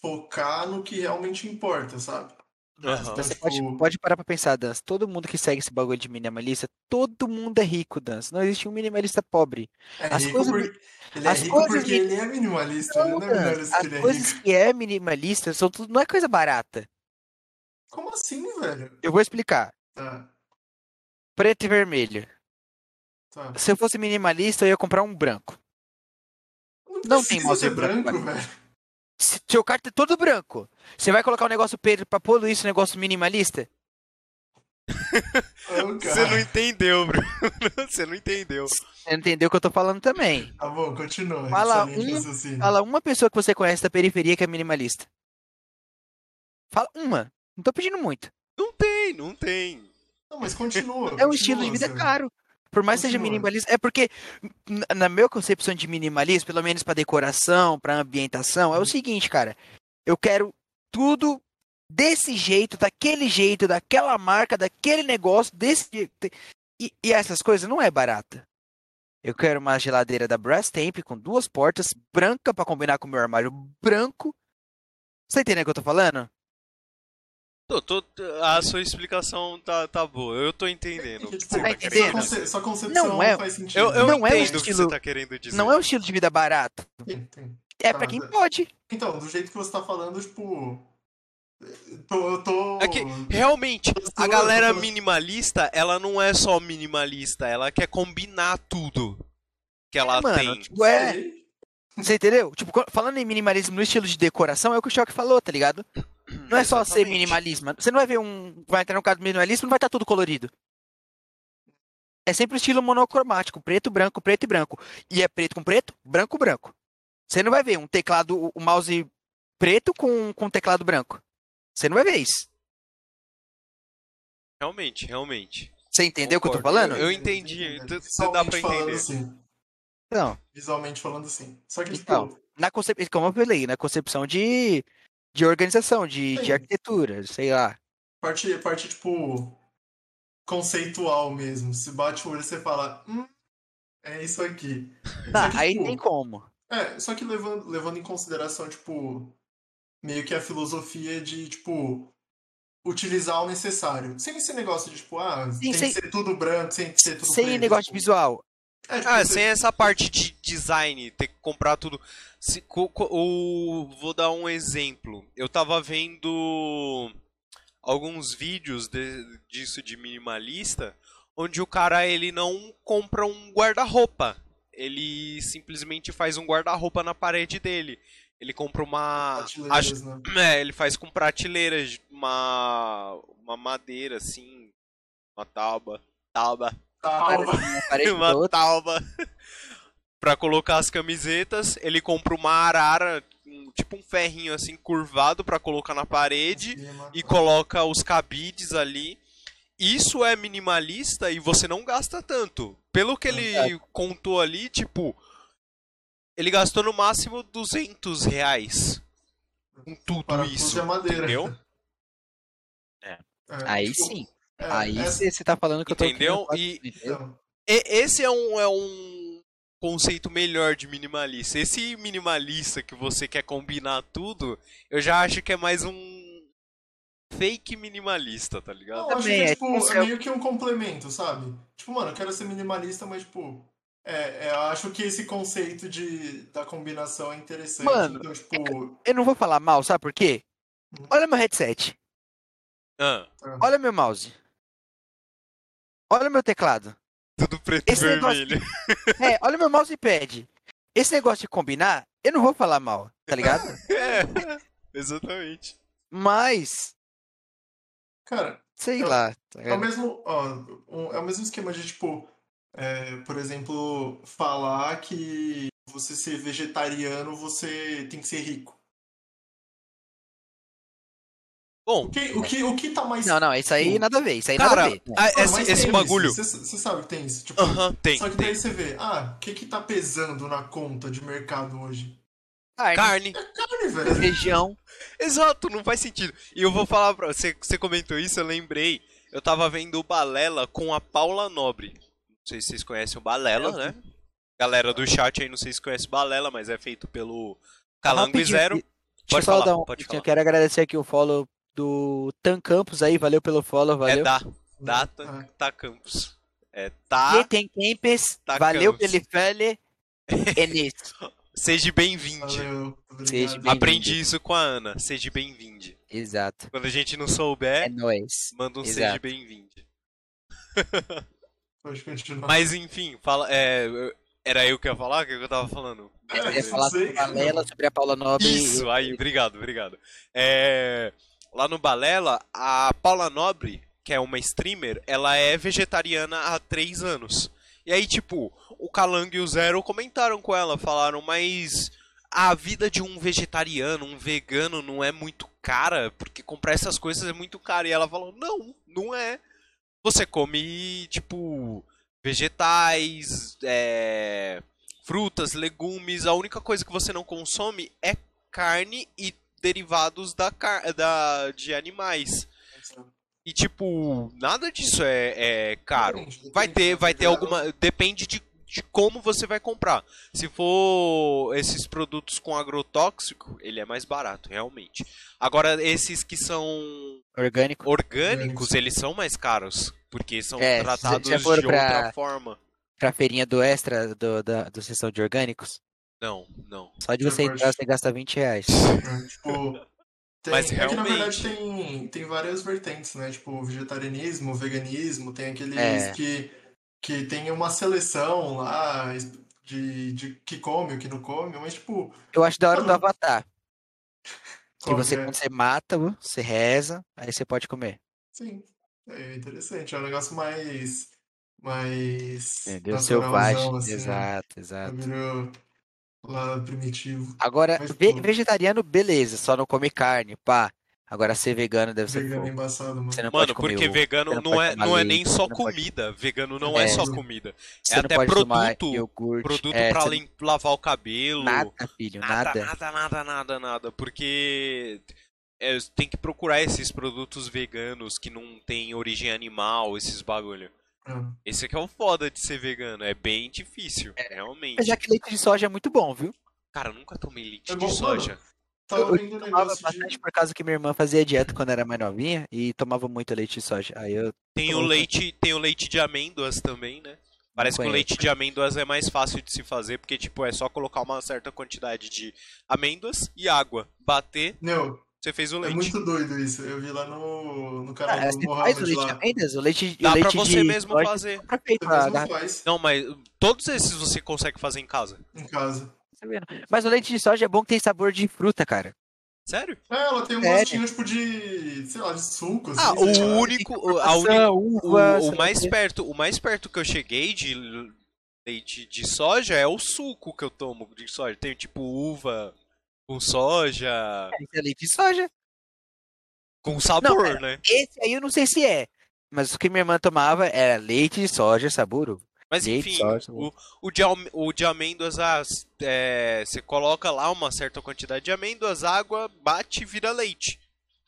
focar no que realmente importa, sabe?
Aham.
Mas você
Então,
pode,
tipo-
pode parar pra pensar, Dan. Todo mundo que segue esse bagulho de minimalista, todo mundo é rico, Dan. Não existe um minimalista pobre.
É
As
rico
coisas-
porque ele é
as
rico
coisas
porque
que-
ele é minimalista, ele não é
Dan,
minimalista
As
porque ele é rico.
coisas que é minimalista são tudo, não é coisa barata.
Como assim, velho?
Eu vou explicar.
Tá,
Preto e vermelho.
tá.
Se eu fosse minimalista, eu ia comprar um branco. Não
precisa
tem
ser
Monster branco,
branco, velho.
se- seu quarto é todo branco, você vai colocar um negócio Pedro pra poluir esse negócio minimalista?
Oh,
Você não
cara.
entendeu, Bruno. Você não entendeu.
Você entendeu o que eu tô falando também.
Tá bom, continua.
Fala
essa linha de
um-
raciocínio.
Fala uma pessoa que você conhece da periferia que é minimalista. Fala uma. Não tô pedindo muito.
Não tem, não tem.
Não, mas continua.
É
continua,
um
assim.
estilo de vida
seu-
caro. Por mais que seja
Continua.
minimalista. É porque, n- na minha concepção de minimalismo, pelo menos pra decoração, pra ambientação, é
Uhum.
o seguinte, cara. Eu quero tudo desse jeito, daquele jeito, daquela marca, daquele negócio, desse jeito. E, e essas coisas não é barata. Eu quero uma geladeira da Brastemp com duas portas, branca pra combinar com o meu armário branco. Você entendeu o que eu tô falando?
Tô, tô- a sua explicação tá, tá boa. Eu tô entendendo. o que
Tipo,
você tá
vai
sua
entender,
querendo dizer.
conce- Sua concepção
Não
não,
é-
faz sentido.
Eu, eu
Não é um
entendo o que você
estilo-
tá querendo dizer.
Não é um estilo de vida barato. É
Tá,
pra quem
mas-
pode.
Então, do jeito que você tá falando, tipo. eu tô- eu tô.
É que Realmente, a
é
Eu
galera
tô-
minimalista, ela não é só minimalista, ela quer combinar tudo que
É,
ela
mano,
tem.
tipo, é,
Sei.
Você entendeu? Tipo, quando- falando em minimalismo no estilo de decoração, é o que o Choque falou, tá ligado? Não é só ser
Exatamente.
minimalista. Você não vai ver um. Vai entrar no caso minimalista, não vai estar tudo colorido. É sempre o estilo monocromático: preto, branco, preto e branco. E é preto com preto, branco, branco. Você não vai ver um teclado, um mouse preto com, com um teclado branco. Você não vai ver isso.
Realmente, realmente.
Você entendeu o que eu tô
Concordo.
falando?
Eu entendi, tu- tu dá pra
Visualmente falando,
entender.
sim.
Então,
Visualmente falando, sim. Só que, tipo,
Então, na concepção. Como eu falei, na concepção de, de organização, de, de
Sim.
arquitetura, sei lá.
parte, parte, tipo, conceitual mesmo. Se bate o olho, você fala, hum, é isso aqui.
Tá,
que,
aí
tipo,
tem como.
É, só que levando, levando em consideração, tipo, meio que a filosofia de, tipo, utilizar o necessário. Sem esse negócio de, tipo, ah, tem
sem-
que ser tudo branco, tem que ser tudo
Sem
preto,
negócio
tipo.
visual.
É, tipo,
Ah,
você-
sem essa parte de design, ter que comprar tudo. Se, co- co- o- vou dar um exemplo. Eu tava vendo alguns vídeos de- disso de minimalista, onde o cara ele não compra um guarda-roupa. Ele simplesmente faz um guarda-roupa na parede dele. Ele compra uma.
prateleiras,
acho-
né?
É, ele faz com prateleiras, uma, uma madeira assim, uma tábua. Tábua
Tal,
Uma parede
uma
da outra.
tauba pra colocar as camisetas. Ele compra uma arara, um- tipo um ferrinho assim curvado pra colocar na parede
esquema.
e coloca os cabides ali. Isso é minimalista e você não gasta tanto. Pelo que ele contou ali, tipo, ele gastou no máximo 200 reais com tudo
Parafuso
isso,
e a madeira.
entendeu?
É,
Aí
tipo,
sim.
é,
Aí
essa-
você tá falando que eu tô
Entendeu?
querendo falar-
então,
E- Esse é um, é um conceito melhor de minimalista. Esse minimalista que você quer combinar tudo, eu já acho que é mais um fake minimalista, tá ligado?
Não, acho
Também,
que,
é
tipo,
tipo,
é
eu-
meio que um complemento, sabe? Tipo, mano, eu quero ser minimalista, mas, tipo, é, é, eu acho que esse conceito de, da combinação é interessante.
Mano,
então, tipo,
Eu não vou falar mal, sabe por quê?
Hum.
Olha meu headset.
Ah,
Olha meu mouse. Olha meu teclado.
tudo preto
Esse
e
negócio
vermelho.
É, olha meu mousepad. Esse negócio de combinar, eu não vou falar mal, tá ligado?
É, exatamente.
Mas,
cara,
sei
Eu-
lá. tá
é o
ligado?
mesmo, ó, um- é o mesmo esquema de, tipo, é, por exemplo, falar que você ser vegetariano, você tem que ser rico.
Bom,
O que, o que, o que tá mais...
Não, não, isso aí
Tipo,
nada a ver. Isso aí nada
cara,
a ver. né?
a-
Mano,
esse,
mas
esse
tem isso,
bagulho.
Você você sabe que tem isso, tipo...
Aham, tem,
Só que
tem.
daí você vê, ah, o que que tá pesando na conta de mercado hoje? né?
Carne.
Carne,
Carne, velho.
região.
Exato, não faz sentido. E eu vou falar pra você, você comentou isso, eu lembrei. Eu tava vendo o Balela com a Paula Nobre. Não sei se vocês conhecem o Balela, né? Galera do chat aí, não sei se conhece o Balela, mas é feito pelo Calango e
Rapidinho,
Zero.
Deixa
Pode
eu só
falar,
dar um...
pode
Eu
falar.
quero agradecer aqui o follow do Tan Campos aí. Valeu pelo follow, valeu.
É da, da
Ah,
tá Campos. É
E
tá,
tem Kempes,
Tá
valeu
caos.
pelo é fale, Enes.
seja bem-vinde.
valeu, obrigado.
Seja bem-
Aprendi isso com a Ana, seja bem-vinde.
Exato.
Quando a gente não
É
souber,
nóis.
manda um
exato.
seja bem-vinde.
Pode continuar.
Mas enfim, fala, é, eu- Era eu que ia falar? O que eu tava falando?
É,
Eu
É, eu
ia falar
sei.
sobre Balela, sobre a Paula Nobre.
Isso, aí, obrigado, obrigado. É, lá no Balela, a Paula Nobre, que é uma streamer, ela é vegetariana há três anos. E aí, tipo, o Calango e o Zero comentaram com ela, falaram, mas a vida de um vegetariano, um vegano, não é muito cara, porque comprar essas coisas é muito caro. E ela falou, não, não é. Você come, tipo, vegetais, é, frutas, legumes, a única coisa que você não consome é carne e derivados da, car da de animais. E tipo, nada disso é, é caro. Vai ter, vai ter alguma. Depende de, de como você vai comprar. Se for esses produtos com agrotóxico, ele é mais barato, realmente. Agora, esses que são
Orgânico.
orgânicos, eles são mais caros. Porque são
É, se- se
tratados
já
de
for pra-
outra forma.
Pra feirinha do extra do, da, do sessão de orgânicos.
Não, não.
Só de você
Eu
entrar,
gosto.
você gasta 20 reais.
Tipo, tem,
Mas
é que na
realmente-
verdade tem, tem várias vertentes, né? Tipo, vegetarianismo, veganismo, tem aqueles
É.
que, que tem uma seleção lá de, de que come, o que não come, mas tipo,
Eu acho da hora do
Mano,
Avatar. Que
qual
você,
que é?
quando você mata, uh, você reza, aí você pode comer.
Sim, é interessante, é um negócio mais, mais
É,
Entendeu? Selvagem.
naturalzão, assim, né?
Exato, exato.
Bagulho lá primitivo.
Agora,
Mas,
ve-
pô.
vegetariano, beleza, só não come carne, pá. Agora, ser vegano deve ser
Vegano é
fogo.
embaçado, mano.
Você não
Mano,
pode comer
porque
ovo,
vegano
você
não,
não pode
é,
tomar
não é
leite,
nem só
você não pode-
comida. Vegano não é,
É.
só comida.
você
é
não
até
pode tomar
produto-
iogurte,
Produto
é,
pra
você
lim- lavar o cabelo.
não- nada, filho, nada.
nada, nada, nada, nada, nada, Porque é, tem que procurar esses produtos veganos que não tem origem animal, esses bagulho.
Ah,
Esse aqui é o foda de ser vegano. É bem difícil, realmente.
Apesar que leite de soja é muito bom, viu?
Cara, eu nunca tomei leite
É
de
bom,
soja.
Tava
Eu- eu
vendo um
Tomava
negócio de.
bastante por causa que minha irmã fazia dieta quando era mais novinha e tomava muito leite de soja. Aí eu
Tem o
Louco.
leite, tem o leite de amêndoas também, né? Parece que o
Conheço.
leite de amêndoas é mais fácil de se fazer, porque tipo, é só colocar uma certa quantidade de amêndoas e água, bater,
Meu,
você fez o
é
leite.
muito doido isso. Eu vi lá no, no canal
Ah,
do
você
é
faz o
Mohamed
leite de
lá.
amêndoas, o leite, o
Dá pra
leite
você
de
mesmo
soja é
fazer.
compra feito,
Você
a
mesmo
garrafa,
faz
Não, mas todos esses você consegue fazer em casa.
em casa.
tá vendo? Mas o leite de soja é bom que tem sabor de fruta, cara.
Sério?
É, ela tem um
Sério?
gostinho tipo de. sei lá, de suco, assim.
Ah,
sei
o
lá.
único, a
Maçã,
única, o,
uva, sei
o
lá
mais
quê.
perto, o mais perto que eu cheguei de l- leite de soja é o suco que eu tomo de soja. Tem tipo uva com soja,
Esse é leite de soja.
com sabor,
pera.
né?
Esse aí eu não sei se é. Mas o que minha irmã tomava era leite de soja, saburo.
Mas
Leite,
enfim,
soja,
o, o, de, am- o de amêndoas, ah, s- é, você coloca lá uma certa quantidade de amêndoas, água, bate e vira leite.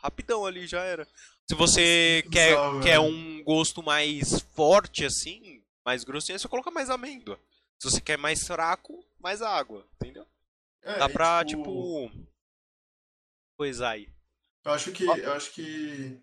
Rapidão ali, já era. Se você
Nossa,
quer,
velho.
quer um gosto mais forte assim, mais grossinho, você coloca mais amêndoa. Se você quer mais fraco, mais água, entendeu?
É,
Dá
e,
pra, tipo... Coisar aí.
Eu acho que, eu acho que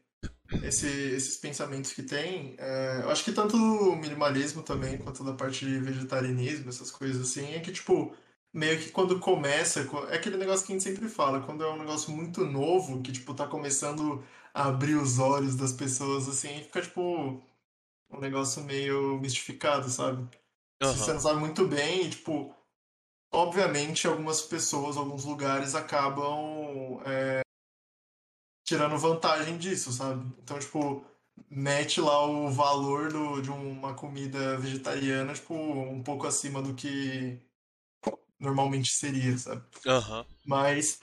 esse- esses pensamentos que tem, é, eu acho que tanto o minimalismo também, quanto da parte de vegetarianismo, essas coisas assim, é que, tipo, meio que quando começa, co- é aquele negócio que a gente sempre fala, quando é um negócio muito novo, que, tipo, tá começando a abrir os olhos das pessoas, assim, fica, tipo, um negócio meio mistificado, sabe? Se você
Aham.
não sabe muito bem, e, tipo, obviamente algumas pessoas, alguns lugares acabam é, tirando vantagem disso, sabe? Então, tipo, mete lá o valor do, de uma comida vegetariana, tipo, um pouco acima do que normalmente seria, sabe?
Aham.
Mas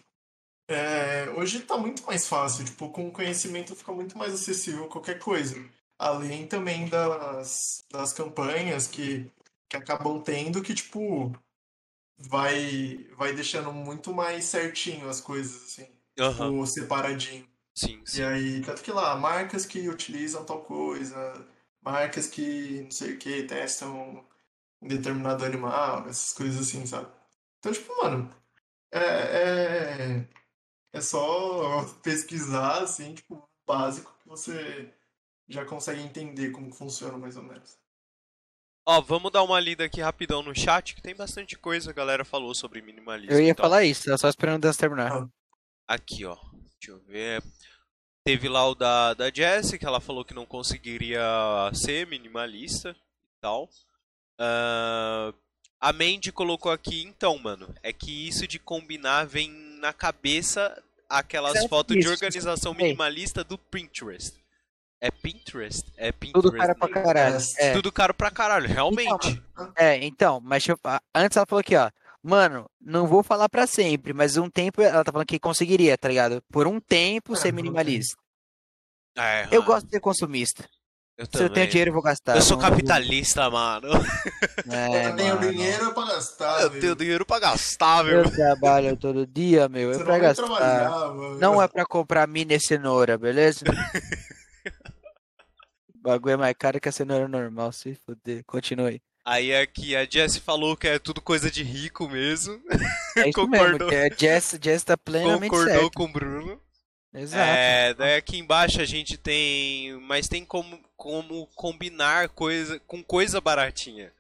é, hoje tá muito mais fácil, tipo, com o conhecimento fica muito mais acessível qualquer coisa. Além também das, das campanhas que, que acabam tendo, que, tipo, vai, vai deixando muito mais certinho as coisas, assim,
Aham.
tipo, separadinho.
Sim,
E
sim.
aí, tanto que lá, marcas que utilizam tal coisa, marcas que não sei o que, testam um determinado animal, essas coisas assim, sabe? Então, tipo, mano, é, é, é só pesquisar, assim, tipo, o básico que você já consegue entender como funciona mais ou menos.
Ó, vamos dar uma lida aqui rapidão no chat, que tem bastante coisa, a galera falou sobre minimalismo.
Eu ia
e tal.
falar isso, eu só esperando o Dança terminar.
Aqui, ó. Deixa eu ver. Teve lá o da, da Jessie, que ela falou que não conseguiria ser minimalista e tal. Ah, A Mandy colocou aqui, então, mano, é que isso de combinar vem na cabeça aquelas
Certo,
fotos de
isso.
organização
Bem.
minimalista do Pinterest. É Pinterest? É Pinterest.
Tudo cara pra caralho. É,
Tudo caro pra caralho, realmente.
é, então, mas deixa eu fa- antes ela falou aqui, ó. Mano, não vou falar pra sempre, mas um tempo ela tá falando que conseguiria, tá ligado? Por um tempo
É,
ser
por um
minimalista.
É,
Eu
mano,
gosto de ser consumista.
Eu
Se eu tenho
também.
dinheiro, eu vou gastar.
Eu sou
Não-
capitalista, mano.
É,
Eu tenho
mano.
dinheiro pra gastar,
Eu
velho.
tenho dinheiro pra gastar, meu.
Eu trabalho todo dia, meu.
Você
é
não
pra
vai
gastar.
trabalhar, mano.
Não é pra comprar mini e cenoura, beleza? o bagulho é mais caro que a cenoura normal, se fuder. Continue.
Aí aqui a Jessie falou que é tudo coisa de rico mesmo.
É isso
Concordou.
mesmo. que a Jess, Jess tá plenamente
Concordou
certo.
com o Bruno.
Exato.
É, daí aqui embaixo a gente tem. Mas tem como, como combinar coisa com coisa baratinha.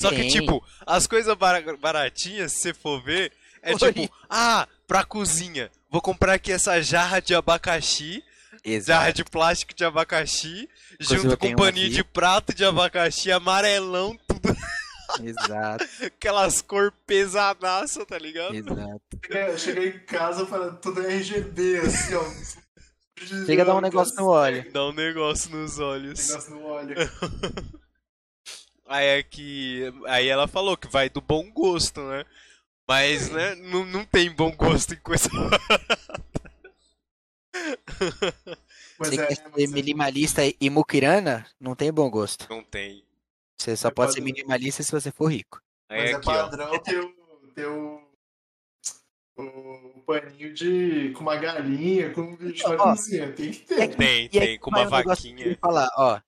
Só que,
Tem.
tipo, as coisas bara- baratinhas, se você for ver, é
Oi.
tipo, ah, pra cozinha, vou comprar aqui essa jarra de abacaxi, jarra
Exato.
de plástico de abacaxi,
Inclusive,
junto
eu
com
tenho
um
um
paninho
aqui.
de prato de abacaxi amarelão,
Exato.
aquelas cor pesadaça, tá ligado?
Exato.
Chega- Chega em casa para tudo é RGB, assim, ó.
Chega a dar um negócio no óleo.
Dá um negócio nos olhos.
Negócio no óleo.
Aí é que. Aí ela falou que vai do bom gosto, né? Mas, né, não, não tem bom gosto em coisa.
Mas
Você
é,
quer
mas é.
ser minimalista e muquirana, não tem bom gosto.
Não tem.
Você só
É
pode ser
padrão.
minimalista se você for rico.
Aí
Mas é
aqui, ó.
padrão ter o, ter o, o paninho de. com uma galinha, com um bicho na
Ó,
cozinha. Tem que ter.
Tem,
E aí
tem, com
vai
uma
um negócio que eu
vaquinha.
ia falar, ó.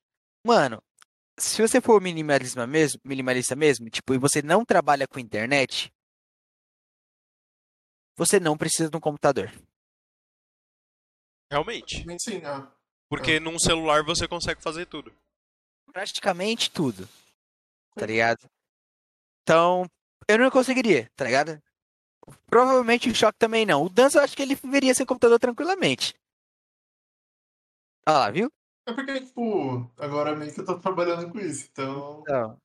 Mano, se você for minimalista mesmo, minimalista mesmo, tipo, e você não trabalha com internet, você não precisa de um computador. Ah.
Realmente.
Tem que ensinar.
Porque num celular você consegue fazer tudo.
Praticamente tudo. Tá ligado? Então, eu não conseguiria, tá ligado? Provavelmente o choque também não. O Dança eu acho que ele viveria sem computador tranquilamente. Olha lá, viu?
É porque, tipo, agora meio que eu tô trabalhando com isso, então.
Então,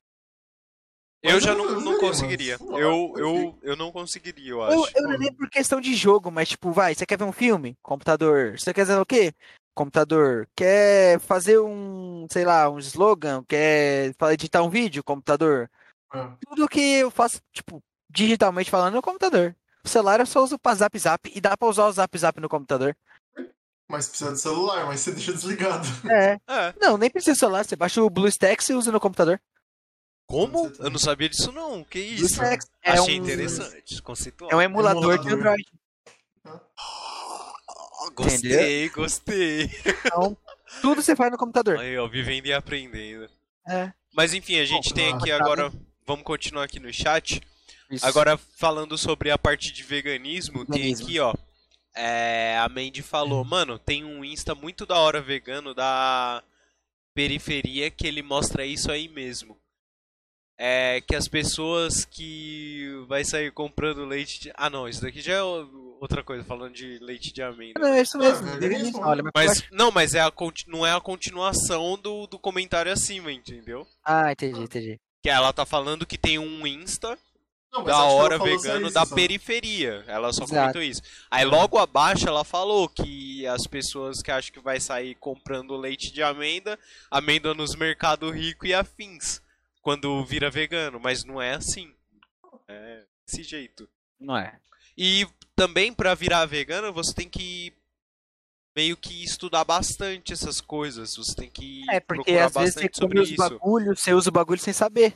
Eu
Mas
já
eu
não,
não
não conseguiria.
conseguiria, mano.
Eu,
assim-
eu, eu não conseguiria, eu
eu,
acho.
eu não é nem por questão de jogo, mas tipo, vai, você quer ver um filme? Computador. Você quer fazer o quê? Computador. Quer fazer um, sei lá, um slogan? Quer fa- editar um vídeo? Computador.
Ah,
Tudo que eu faço, tipo, digitalmente falando, no computador. O celular eu só uso pra zap zap e dá pra usar o zap zap no computador.
Mas precisa do celular, mas você deixa desligado.
É.
É.
Não, nem precisa do celular, você baixa o BlueStacks e usa no computador.
Como? Eu não sabia disso, não. Que isso?
BlueStacks é
Achei
um,
interessante.
é um
Conceitual.
emulador de
Emulador.
Android.
Gostei, gostei.
Então, tudo você faz no computador.
Aí, ó, vivendo e aprendendo.
É.
Mas enfim, a gente
Bom,
tem
ah,
aqui
tá
agora. Vamos continuar aqui no chat.
Isso.
Agora falando sobre a parte de veganismo, tem
Veganismo.
aqui, ó. é, a Mandy falou, mano, tem um Insta muito da hora vegano da periferia que ele mostra isso aí mesmo. É que as pessoas que vai sair comprando leite de. Ah não, isso daqui já é o- outra coisa, falando de leite de amêndoa.
Não, é isso mesmo.
Ah,
veganismo.
veganismo.
Olha, mas eu acho-
Mas não, mas é a, conti- não é a continuação do, do comentário acima, entendeu?
Ah, entendi, entendi.
Que ela tá falando que tem um Insta
Não, mas
da
acho que ela
hora
falou só
vegano
isso,
da
só.
periferia. Ela só
Exato.
comentou isso. Aí logo abaixo ela falou que as pessoas que acham que vai sair comprando leite de amêndoa, amêndoa nos mercados ricos e afins, quando vira vegano, mas não é assim. É desse jeito.
Não é.
E também pra virar vegano, você tem que meio que estudar bastante essas coisas, você tem que
É, porque
procurar
às vezes você
bastante
come
sobre
os
isso.
bagulho, você usa o bagulho sem saber.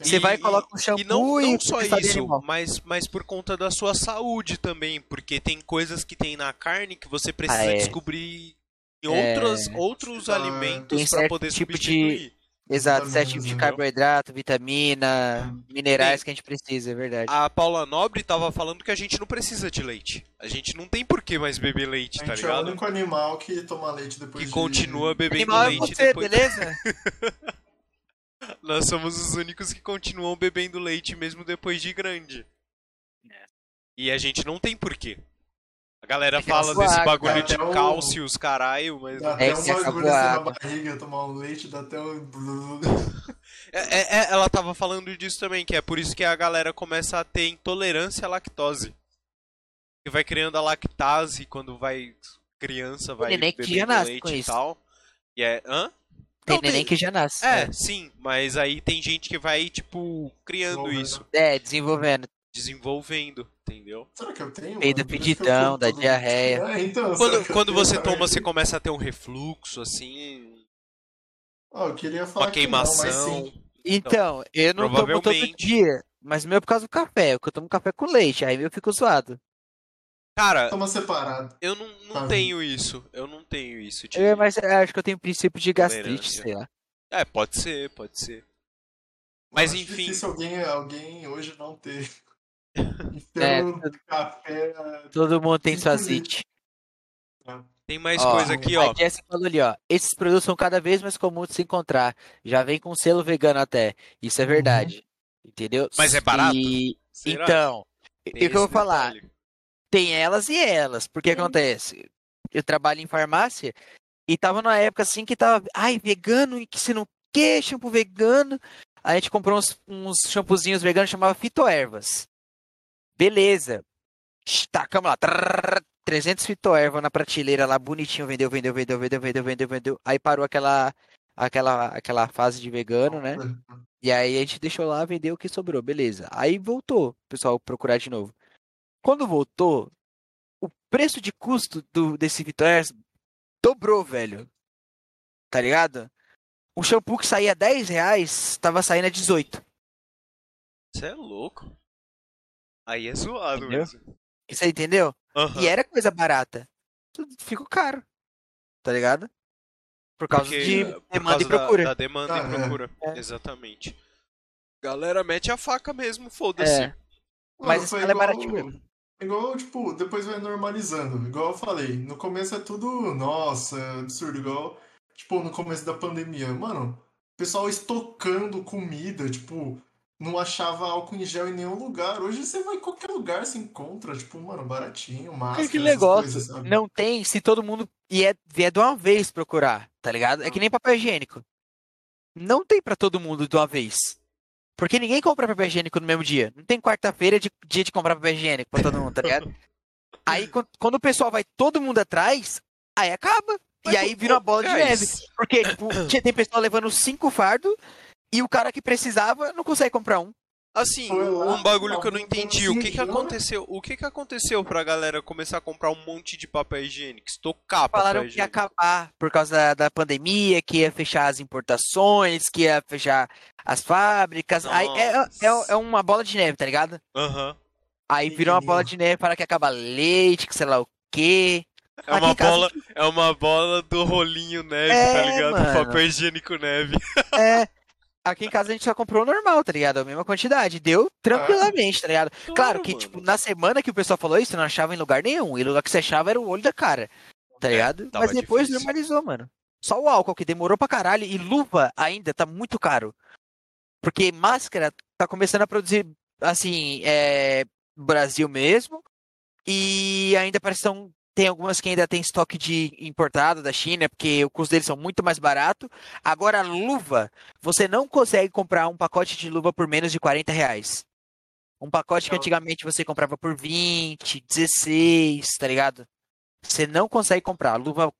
Você
E-
vai e coloca um shampoo
E não, não
e
só
fica de
isso,
animal.
mas, mas por conta da sua saúde também, porque tem coisas que tem na carne que você precisa
Ah, é.
descobrir em
É.
outros, outros
Ah,
alimentos
tem
para
certo
poder
tipo de-
substituir.
Exato,
Vitaminas,
sete tipos de
entendeu?
carboidrato, vitamina, minerais que a gente precisa, é verdade.
A Paula Nobre tava falando que a gente não precisa de leite. A gente não tem por que mais beber leite,
A
tá
gente é o
ligado?
único animal que toma leite depois
Que
de...
continua bebendo
Animal é
leite
você,
depois.
beleza?
Nós somos os únicos que continuam bebendo
É.
leite mesmo depois de grande. E a gente não tem porquê. A galera
Tem É que
fala
zoar,
desse
cara.
bagulho de
Até É o-
cálcio, os caralho, mas.
Dá
não-
É
até
que
um
você
bagulho assim
acabou a
na
água.
barriga, tomar um leite, dá até um.
É- é- é, ela tava falando disso também, que é por isso que a galera começa a ter intolerância à lactose. Que vai criando a lactase quando vai. Criança vai
neném que
bebendo
já nasce
leite
com
e
isso.
tal. E é. Hã?
Tem
Não,
neném que já nasce.
É, sim, mas aí tem gente que vai, tipo, criando
Desenvolvendo.
isso,
É, desenvolvendo.
desenvolvendo, entendeu?
Será que eu tenho? mano?
Peida
Por isso que eu
fedidão,
como
da
tudo.
diarreia.
É, então. será
Quando,
que eu
quando
tenho, assim.
você
cara?
toma, você começa a ter um refluxo, assim,
Ah, eu queria falar
uma
que não, mas
queimação.
sim.
Então, eu não tomo todo
provavelmente.
dia, mas o meu é por causa do café, porque eu tomo café com leite, aí eu fico zoado.
Cara,
Toma separado.
eu não, não
Tá.
tenho isso. Eu não tenho isso. tipo, de-
Eu, É, mas eu acho que eu tenho princípio de gastrite,
Tolerância.
sei lá.
É, pode ser, pode ser. Mas
Acho
enfim.
Difícil alguém, alguém hoje não ter.
É,
Então,
Pelo café.
Todo mundo tem sua
Entendi.
zite.
Tem mais
Ó,
coisa aqui, ó.
A Jessica falou ali, ó. Esses produtos são cada vez mais comuns de se encontrar. Já vem com selo vegano até. Isso é
Uhum.
verdade. Entendeu?
Mas é barato?
E-
Será?
Então, e
Tem
o que eu
esse
vou falar?
detalhe.
Tem elas e elas. Porque acontece? Eu trabalho em farmácia e tava numa época assim que tava. Ai, vegano e que se não que, shampoo vegano. A gente comprou uns, uns shampoozinhos veganos chamava fitoervas. Beleza. Tacamos lá. trrr, 300 fitoerva na prateleira lá, bonitinho. Vendeu, vendeu, vendeu, vendeu, vendeu, vendeu, vendeu. Aí parou aquela, aquela, aquela fase de vegano, né? E aí a gente deixou lá, vendeu o que sobrou, beleza. Aí voltou, o pessoal procurar de novo. Quando voltou, o preço de custo do, desse Vitória dobrou, velho. Tá ligado? O shampoo que saía 10 reais, tava saindo a 18.
Você é louco. Aí é zoado
Entendeu?
mesmo.
Você entendeu?
Aham.
E é era coisa barata. Tudo Ficou caro. Tá ligado? Por causa
Porque,
de
eh, por
demanda e
causa da-
procura.
Da, demanda
Ah,
e
é.
procura.
É.
Exatamente. Galera, mete a faca mesmo, foda-se.
É. Mas esse cara é baratinho mesmo.
Igual, tipo, depois vai normalizando. Igual eu falei, no começo é tudo, nossa, é absurdo. Igual, tipo, no começo da pandemia. Mano, o pessoal estocando comida, tipo, não achava álcool em gel em nenhum lugar. Hoje você vai em qualquer lugar, se encontra, tipo, mano, baratinho, máscara,
que
essas
negócio.
coisas, sabe?
Não tem se todo mundo vier, vier de uma vez procurar, tá ligado? É que nem papel higiênico. Não tem pra todo mundo de uma vez. Porque ninguém compra papel higiênico no mesmo dia. Não tem quarta-feira de dia de comprar papel higiênico pra todo mundo, tá ligado? Aí quan- quando o pessoal vai todo mundo atrás, aí acaba.
Mas
e aí
o- é
vira uma bola de
Guys,
neve. Porque, tipo, tinha- tem pessoal levando cinco fardos e o cara que precisava não consegue comprar um.
Assim,
Foi lá,
um bagulho que eu não
arrumou um
entendi. O que que
cinturão.
aconteceu? O que que aconteceu pra galera começar a comprar um monte de papel higiênico? Estocar papel
Falaram que ia
higiênico.
acabar por causa da, da pandemia, que ia fechar as importações, que ia fechar as fábricas. Aí é, é, é uma bola de neve, tá ligado?
Aham.
Aí virou uma bola de neve, falaram que ia acabar leite, que sei lá o quê.
É
Aqui
uma
em casa,
bola, é uma bola do rolinho neve,
É,
tá ligado?
mano.
Papel higiênico neve.
É. Aqui em casa a gente só comprou o normal, tá ligado? A mesma quantidade. Deu tranquilamente, tá ligado? Claro que,
mano.
tipo, na semana que o pessoal falou isso, eu não achava em lugar nenhum. E o lugar que você achava era o olho da cara, tá
É,
ligado?
tava
Mas depois
difícil.
normalizou, mano. Só o álcool que demorou pra caralho e luva ainda tá muito caro. Porque máscara tá começando a produzir, assim, é, Brasil mesmo. E ainda parece que são- tem algumas que ainda tem estoque de importado da China, porque o custo deles são muito mais barato. Agora, luva, você não consegue comprar um pacote de luva por menos de 40 reais. Um pacote que
Não.
antigamente você comprava por 20, 16, tá ligado? Você não consegue comprar. A luva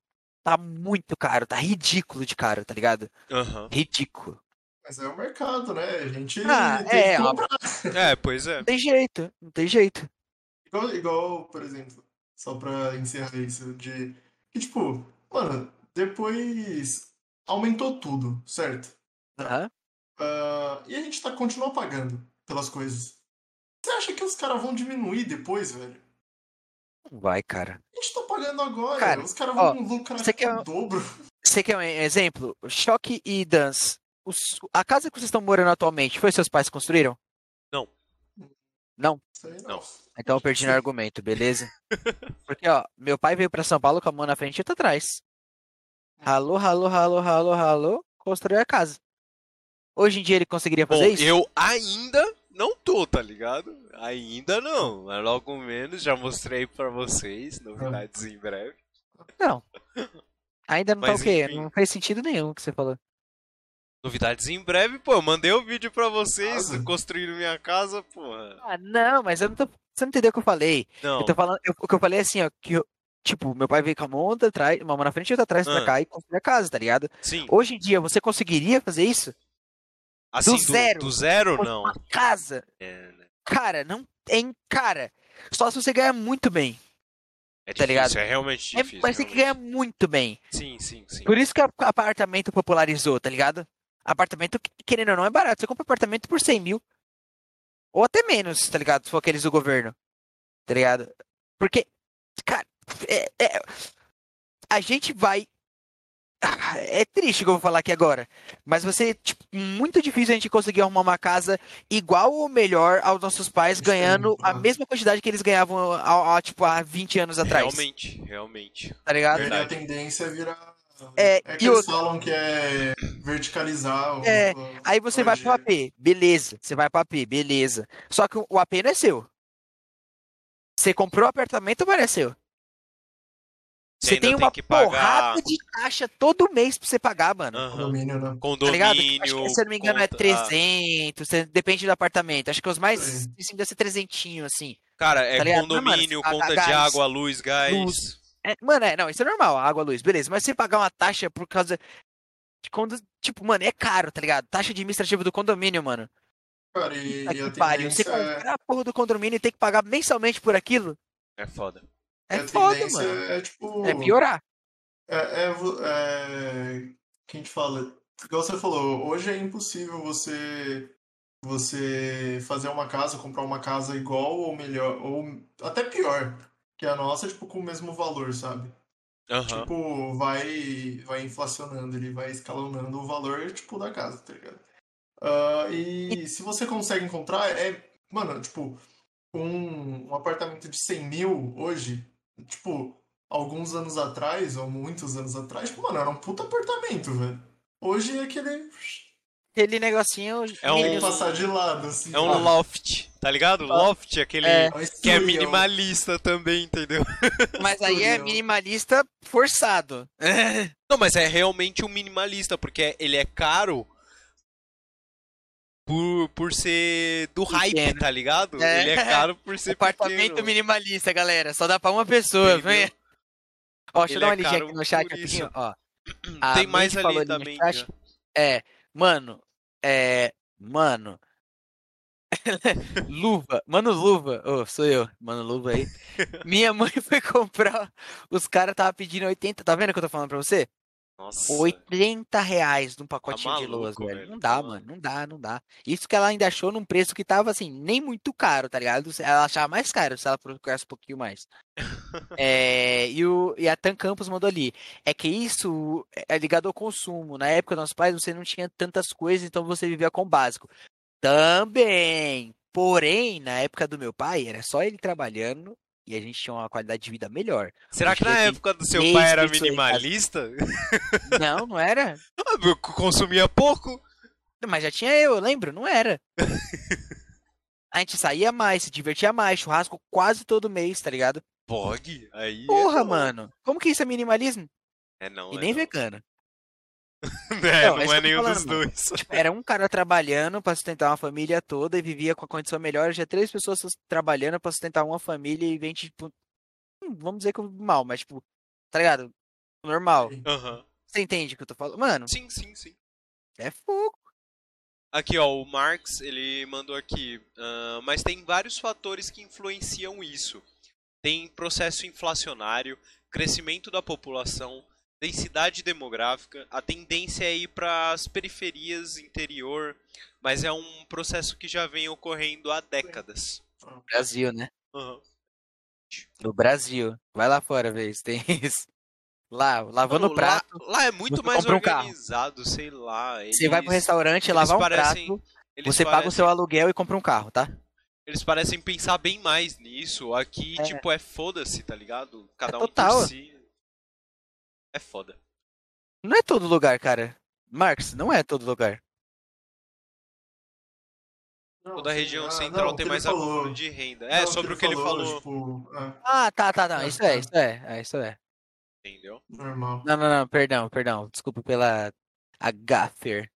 tá muito caro, tá ridículo de caro, tá ligado?
Aham.
Ridículo.
Mas é o mercado, né? A gente
Ah,
tem
é,
que comprar.
É, pois é.
Não tem jeito, não tem jeito.
Igual, igual, por exemplo, só pra encerrar isso, de. Que, tipo, mano, depois aumentou tudo, certo?
Aham.
Ah, e a gente tá continua pagando pelas coisas. Você acha que os caras vão diminuir depois, velho?
Não vai, cara.
A gente tá pagando agora,
Cara,
os caras
ó,
vão lucrar
você quer- um
o dobro.
Você quer um exemplo? Choque e Dance. Os- a casa que vocês estão morando atualmente foi seus pais que construíram?
Isso aí
Não.
Então eu perdi no
Sim.
argumento, beleza? Porque, ó, meu pai veio pra São Paulo com a mão na frente e outra atrás. Ralou, ralou, ralou, ralou, ralou, construiu a casa. Hoje em dia ele conseguiria
Bom,
fazer isso?
eu ainda não tô, tá ligado? Ainda não, mas logo menos já mostrei pra vocês, novidades em breve.
Não. Ainda não
Mas
tá o quê?
enfim.
Não fez sentido nenhum o que você falou.
Novidades em breve, pô, eu mandei o vídeo pra vocês,
Casa?
construindo minha casa, porra.
Ah, não, mas eu não tô. Você não entendeu o que eu falei.
Não,
Eu tô falando. eu- o que eu falei é assim, ó, que eu- tipo, meu pai veio com a mão outra atrás, uma mão na frente e outra atrás pra
Ah.
cá e construiu a casa, tá ligado?
sim,
Hoje em dia, você conseguiria fazer isso?
assim,
do zero. Tipo,
do zero
Pô,
não.
Uma casa?
É, né?
Cara, não tem. Cara, só se você ganhar muito bem.
É
Tá ligado?
difícil, é realmente
É,
difícil.
mas tem que ganhar
realmente.
muito bem.
Sim, sim, sim.
Por isso que a- apartamento popularizou, tá ligado? Apartamento, que- querendo ou não, é barato. Você compra apartamento por 100 mil. Ou até menos, tá ligado? Se for aqueles do governo. Tá ligado? Porque, cara, é- é- a gente vai. Ah, É triste o que eu vou falar aqui agora. Mas você, tipo, muito difícil a gente conseguir arrumar uma casa igual ou melhor aos nossos pais,
Isso é
ganhando
muito
a
bom.
mesma quantidade que eles ganhavam, há- há, tipo, há 20 anos atrás.
Realmente, realmente.
Tá ligado?
Perde a
Verdade.
tendência é virar.
É,
É que
e
eles
outra.
falam que é verticalizar. o- é
É,
o-
Aí você
o
vai pro
dinheiro.
AP, beleza. Você vai pro AP, beleza. Só que o AP não é seu. Você comprou o apartamento, mas não é seu. Você
ainda
tem uma
que pagar
porrada de taxa todo mês pra você pagar, mano.
aham,
Condomínio, né?
Tá ligado? Acho que,
condomínio.
se eu não me engano, é
conta- ah,
300, cê- depende do apartamento. Acho que os mais
Sim.
assim, deve ser 300, assim.
Cara, é
tá ligado? Não, mano,
condomínio,
você paga
conta de
gás,
água, luz, gás.
luz. É, mano, é, não, isso é normal, água, luz, beleza. Mas você pagar uma taxa por causa de quando, tipo, mano, é caro, tá ligado? Taxa administrativa do condomínio, mano.
Cara, e,
Puta
e a
que pariu. Você
tendência é,
comprar a porra do condomínio e ter que pagar mensalmente por aquilo?
É foda.
É
a
foda,
tendência
mano.
é tipo.
É piorar.
É, é, vo- é, que a gente fala, igual você falou, hoje é impossível você você fazer uma casa, comprar uma casa igual ou melhor, ou até pior que a nossa, tipo, com o mesmo valor, sabe?
Aham.
Tipo, vai vai inflacionando, ele vai escalonando o valor, tipo, da casa, tá ligado? Ah, e se você consegue encontrar, é, mano, tipo, um, um apartamento de 100 mil hoje, tipo, alguns anos atrás, ou muitos anos atrás, tipo, mano, era um puta apartamento, velho. Hoje é aquele
Aquele negocinho.
É
tem que
um-
passar de lado, assim.
É um
sabe?
loft, tá ligado? Loft, aquele
Tipo, É.
um
que é
estúdio,
minimalista também, entendeu?
Mas aí é
estúdio.
minimalista forçado.
Não, mas é realmente um minimalista, porque ele é caro por, por ser do hype,
Pequeno.
tá ligado?
É.
Ele é caro por ser
Apartamento
pequeno.
minimalista, galera. Só dá pra uma pessoa,
Entendeu?
vem. Ó,
Ele
deixa eu dar uma
é
lidinha
caro
aqui no chat
por
rapidinho,
isso.
ó. A
Tem mais
Mandy
ali
Ah, falou no
também.
chat.
né?
É, mano, é. Mano. Luva, mano, luva. Ô, sou eu, mano, luva aí. Minha mãe foi comprar. Os caras tava pedindo 80. Tá vendo o que eu tô falando pra você?
Nossa.
80 reais num pacotinho de
maluco,
luas, velho.
velho,
Não
tá
dá,
maluco.
mano. Não dá, não dá. Isso que ela ainda achou num preço que tava, assim, nem muito caro, tá ligado? Se- Ela achava mais caro se ela procurasse um pouquinho mais. É, e, o, e a Tan Campos mandou ali. É que isso é ligado ao consumo. Na época dos nossos pais, você não tinha tantas coisas, então você vivia com o básico. Também. Porém, na época do meu pai, era só ele trabalhando e a gente tinha uma qualidade de vida melhor.
Será que
Hoje
na
tem
época do seu
três
pai era
pessoas em casa.
minimalista?
Não, não era?
Consumia pouco?
Mas já tinha eu, eu lembro, não era. A gente saía mais, se divertia mais, churrasco quase todo mês, tá ligado?
Bog? Aí. é
Porra,
não.
mano. Como que isso é minimalismo?
É não.
E
é
nem
não.
vegano.
É,
Não,
não,
é isso que eu
é
tô
nenhum
falando,
dos
mano.
dois.
Tipo, era um cara trabalhando pra sustentar uma família toda e vivia com a condição melhor. Já três pessoas sus- trabalhando pra sustentar uma família e vem, tipo. hum, Vamos dizer que mal, mas, tipo, tá ligado? Normal.
Aham.
Você entende o que eu tô falando? Mano,
Sim, sim, sim.
é fogo.
Aqui, ó, o Marx, ele mandou aqui. "Ah, mas tem vários fatores que influenciam isso. Tem processo inflacionário, crescimento da população, densidade demográfica. A tendência é ir para as periferias, interior, mas é um processo que já vem ocorrendo há décadas.
Brasil, né?
Aham.
No Brasil. Vai lá fora ver se tem isso. Lá, lavando
Mano,
o prato.
Lá, lá é muito
você
mais
compra um carro.
organizado, sei lá.
Você vai pro
eles-
restaurante,
eles
lavar um
parecem-
prato,
eles
você paga o
parecem-
seu aluguel e compra um carro, tá?
Eles parecem pensar bem mais nisso. Aqui,
É.
tipo, é foda-se, tá ligado? Cada
É
um
total.
por si. É foda.
Não é todo lugar, cara. Marx, não é todo lugar.
Não,
Toda a
sim,
região
ah,
central
não, o
tem
que
mais
ele falou.
acúmulo de renda. É,
Não,
sobre o que ele falou,
Tipo, ah,
Ah, tá, tá, não. Isso é, isso é, é, isso é.
entendeu?
normal.
Não, não, não, perdão, perdão. Desculpa pela a gaffer.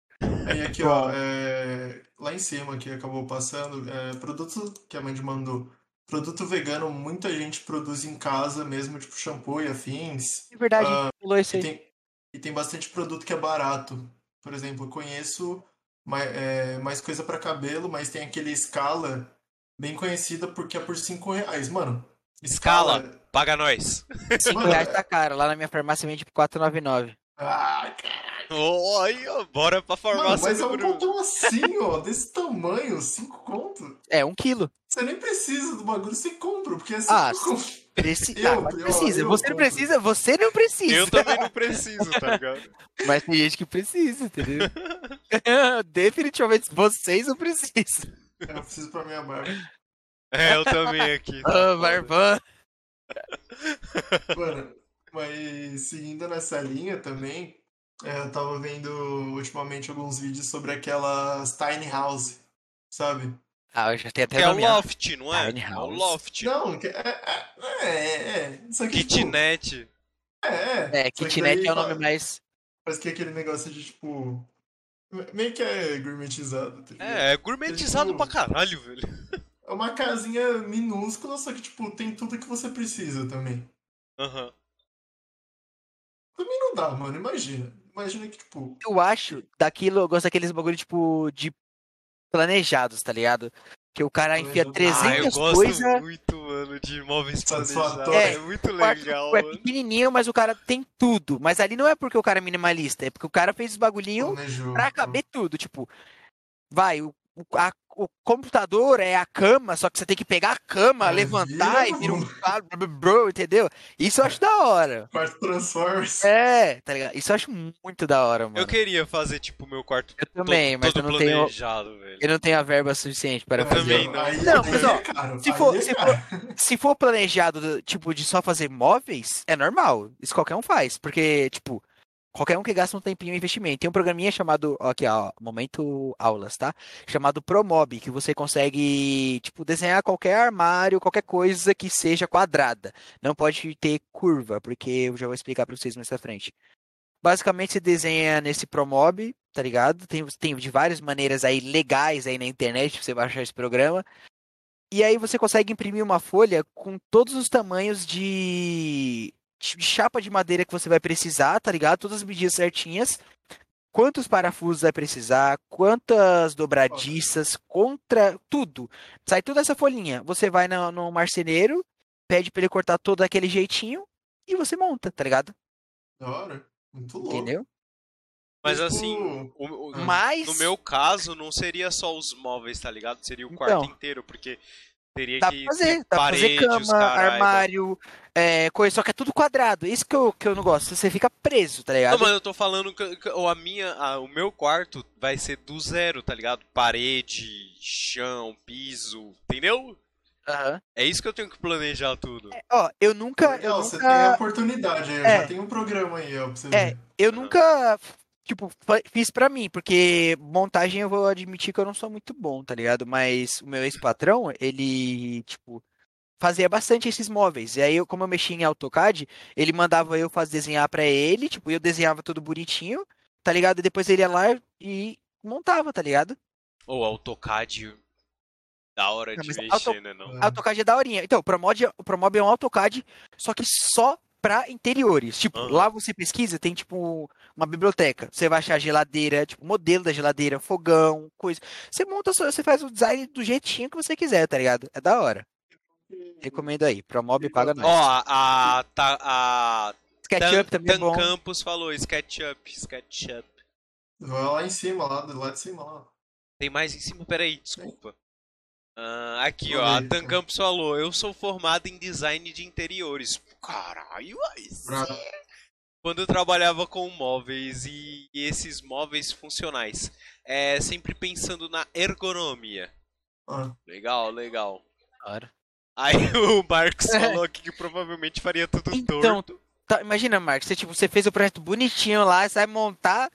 Aí aqui, ó, é, lá em cima que acabou passando, é, produto que a Mandy mandou. Produto vegano, muita gente produz em casa mesmo, tipo shampoo e afins.
É verdade,
Ah,
a gente falou
E
isso aí.
tem, e tem bastante produto que é barato. Por exemplo, eu conheço mais, é, mais coisa pra cabelo, mas tem aquele escala bem conhecida porque é por 5 reais, mano.
Escala. Paga nós!
Cinco
mano,
reais
é-
tá caro. Lá na minha farmácia vende por 4,99.
Ah, cara.
Ô, aí, ó, bora pra
Mano,
farmácia
mas é
do
um
Bruno.
pontão assim, ó, desse tamanho, 5 conto.
É, um quilo.
Você nem precisa do bagulho, você compra, porque é 5
Ah,
conto.
Preci...
Eu-
ah, mas
eu-
precisa.
eu
você não
compro.
precisa, você não precisa.
Eu também não preciso, tá ligado?
Mas tem gente que precisa, entendeu? Definitivamente vocês não precisam.
Eu preciso pra minha barba.
É, eu também aqui. tá
Ah,
foda.
Barban.
Mano, mas seguindo nessa linha também, é, eu tava vendo ultimamente alguns vídeos sobre aquelas tiny house, sabe?
Ah, eu já tenho até
É o
nome. ó.
loft, não é?
Tiny
É o
house.
loft.
Não, que- é, é, é, é, só que tipo,
Kitnet.
é, é,
É,
só que
kitnet
daí
é o
fa-
nome mais.
Parece que é aquele negócio de tipo, me- meio que é gourmetizado, tá ligado?
É, é gourmetizado
Tipo-
pra caralho, velho.
É uma casinha minúscula, só que tipo, tem tudo que você precisa também.
Aham.
Também não dá, mano, imagina. Imagina que tipo,
Eu acho daquilo, eu gosto daqueles bagulho, tipo, de planejados, tá ligado? Que o cara enfia
Planejado.
Ah, eu
300
gosto
coisas.
muito, mano, de imóveis planejados.
Satisfatório.
É, muito
O quarto
legal,
é
mano.
pequenininho, mas o cara tem tudo. Mas ali não é porque o cara é minimalista, é porque o cara fez os bagulhinhos
planejou.
pra caber tudo. Tipo, vai, o, o- a- o computador é a cama, só que você tem que pegar a cama,
É,
levantar
vira
e vira um
um-
quadro, bro, bro, entendeu? Isso eu acho da hora.
Quarto Transformers.
É, tá ligado? Isso eu acho muito da hora, mano.
Eu queria fazer, tipo, meu quarto
Eu também,
todo,
mas
todo
eu não tenho-
planejado, velho.
Eu não tenho a verba suficiente para
Aí,
fazer.
também
ó,
não.
Aí,
Não,
aí
mas,
é
ó,
caro,
se
aí
for-
é
se
caro.
Se for planejado, do- tipo, de só fazer móveis, é normal. Isso qualquer um faz. Porque, tipo, qualquer um que gasta um tempinho em investimento. Tem um programinha chamado. ó, Aqui, ó, momento aulas, tá? Chamado Promob, que você consegue, tipo, desenhar qualquer armário, qualquer coisa que seja quadrada. Não pode ter curva, porque eu já vou explicar pra vocês mais pra frente. Basicamente, você desenha nesse Promob, tá ligado? Tem, tem de várias maneiras aí legais aí na internet pra você baixar esse programa. E aí você consegue imprimir uma folha com todos os tamanhos de, de chapa de madeira que você vai precisar, tá ligado? Todas as medidas certinhas. Quantos parafusos vai precisar, quantas dobradiças, contra tudo. Sai tudo essa folhinha. Você vai no, no marceneiro, pede pra ele cortar todo daquele jeitinho e você monta, tá ligado?
Da hora. Muito louco.
Entendeu?
Mas
Tipo,
assim,
um
o- o-
Mas
no meu caso, não seria só os móveis, tá ligado? Seria o quarto
Então. tá
inteiro, porque teria
dá pra
que.
fazer, dá pra fazer
paredes,
cama,
caralho.
armário, é, coisa, só que é tudo quadrado. Isso que eu, que eu não gosto. Você fica preso, tá ligado?
Não, mas eu tô falando que que- ou a minha, a- o meu quarto vai ser do zero, tá ligado? Parede, chão, piso, entendeu?
Aham.
É isso que eu tenho que planejar tudo.
Ó, eu nunca.
legal,
eu
você tem a
nunca,
oportunidade aí,
É.
já tem um programa aí, ó, pra você
É.
ver.
eu nunca, tipo, fa- fiz pra mim, porque montagem eu vou admitir que eu não sou muito bom, tá ligado? Mas o meu ex-patrão, ele, tipo, fazia bastante esses móveis. E aí, eu, como eu mexia em AutoCAD, ele mandava eu fazer desenhar pra ele, tipo, eu desenhava tudo bonitinho, tá ligado? E depois ele ia lá e montava, tá ligado?
Ou AutoCAD. Da hora
Não,
de
mas
mexer,
auto-
né? Não.
Ah,
AutoCAD é daorinha. Então, o Promod, o Promob é um AutoCAD, só que só pra interiores. Tipo,
Aham.
lá você pesquisa, tem tipo uma biblioteca. Você vai achar geladeira, tipo, modelo da geladeira, fogão, coisa. Você monta, só- você faz o design do jeitinho que você quiser, tá ligado? É da hora. Recomendo aí. Promob paga nós.
Ó, a, a, ta- a,
SketchUp
né? Tan-
também é
Tan
bom.
Campos falou, SketchUp, SketchUp.
Vai lá em cima, lá, do lado de cima, lá.
Tem mais em cima? Peraí, desculpa. Ah, aqui,
Vou
ó, a
ler,
Tan
então.
Campos falou, eu sou formada em design de interiores. Caralho, aí sim.
Bravo.
Quando eu trabalhava com móveis e e esses móveis funcionais. É, sempre pensando na ergonomia.
Ah,
Legal, legal.
Da hora.
Aí o Marcos falou aqui que provavelmente faria tudo
É. Então,
torto.
Tá, imagina, Marcos, você, tipo, você fez o projeto bonitinho lá, você vai montar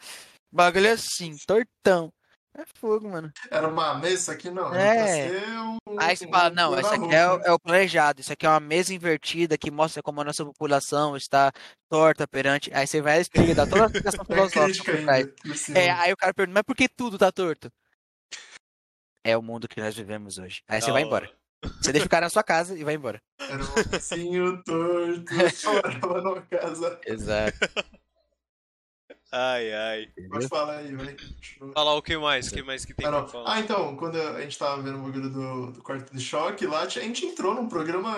bagulho assim, tortão. É fogo, mano.
Era uma mesa aqui, não.
É.
Pra ser um-
Aí você
um-
fala, não,
um
isso aqui
barroco,
é,
né?
o- é o planejado, isso aqui é uma mesa invertida que mostra como a nossa população está torta perante. Aí você vai e explica, dá toda a explicação
É a
filosófica
crítica
por trás.
ainda. por cima.
É, aí o cara pergunta, mas por que tudo tá torto? É o mundo que nós vivemos hoje. Aí você
Da
vai
hora.
embora. Você deixa o cara na sua casa e vai embora.
Era um ursinho torto, chorava na casa.
Exato.
Ai, ai.
Pode falar aí, vai. Continua.
Falar o que mais? O que mais que tem
Ah,
pra
não.
falar?
Ah, então, quando a gente tava vendo o bagulho do, do quarto de choque lá, a gente entrou num programa.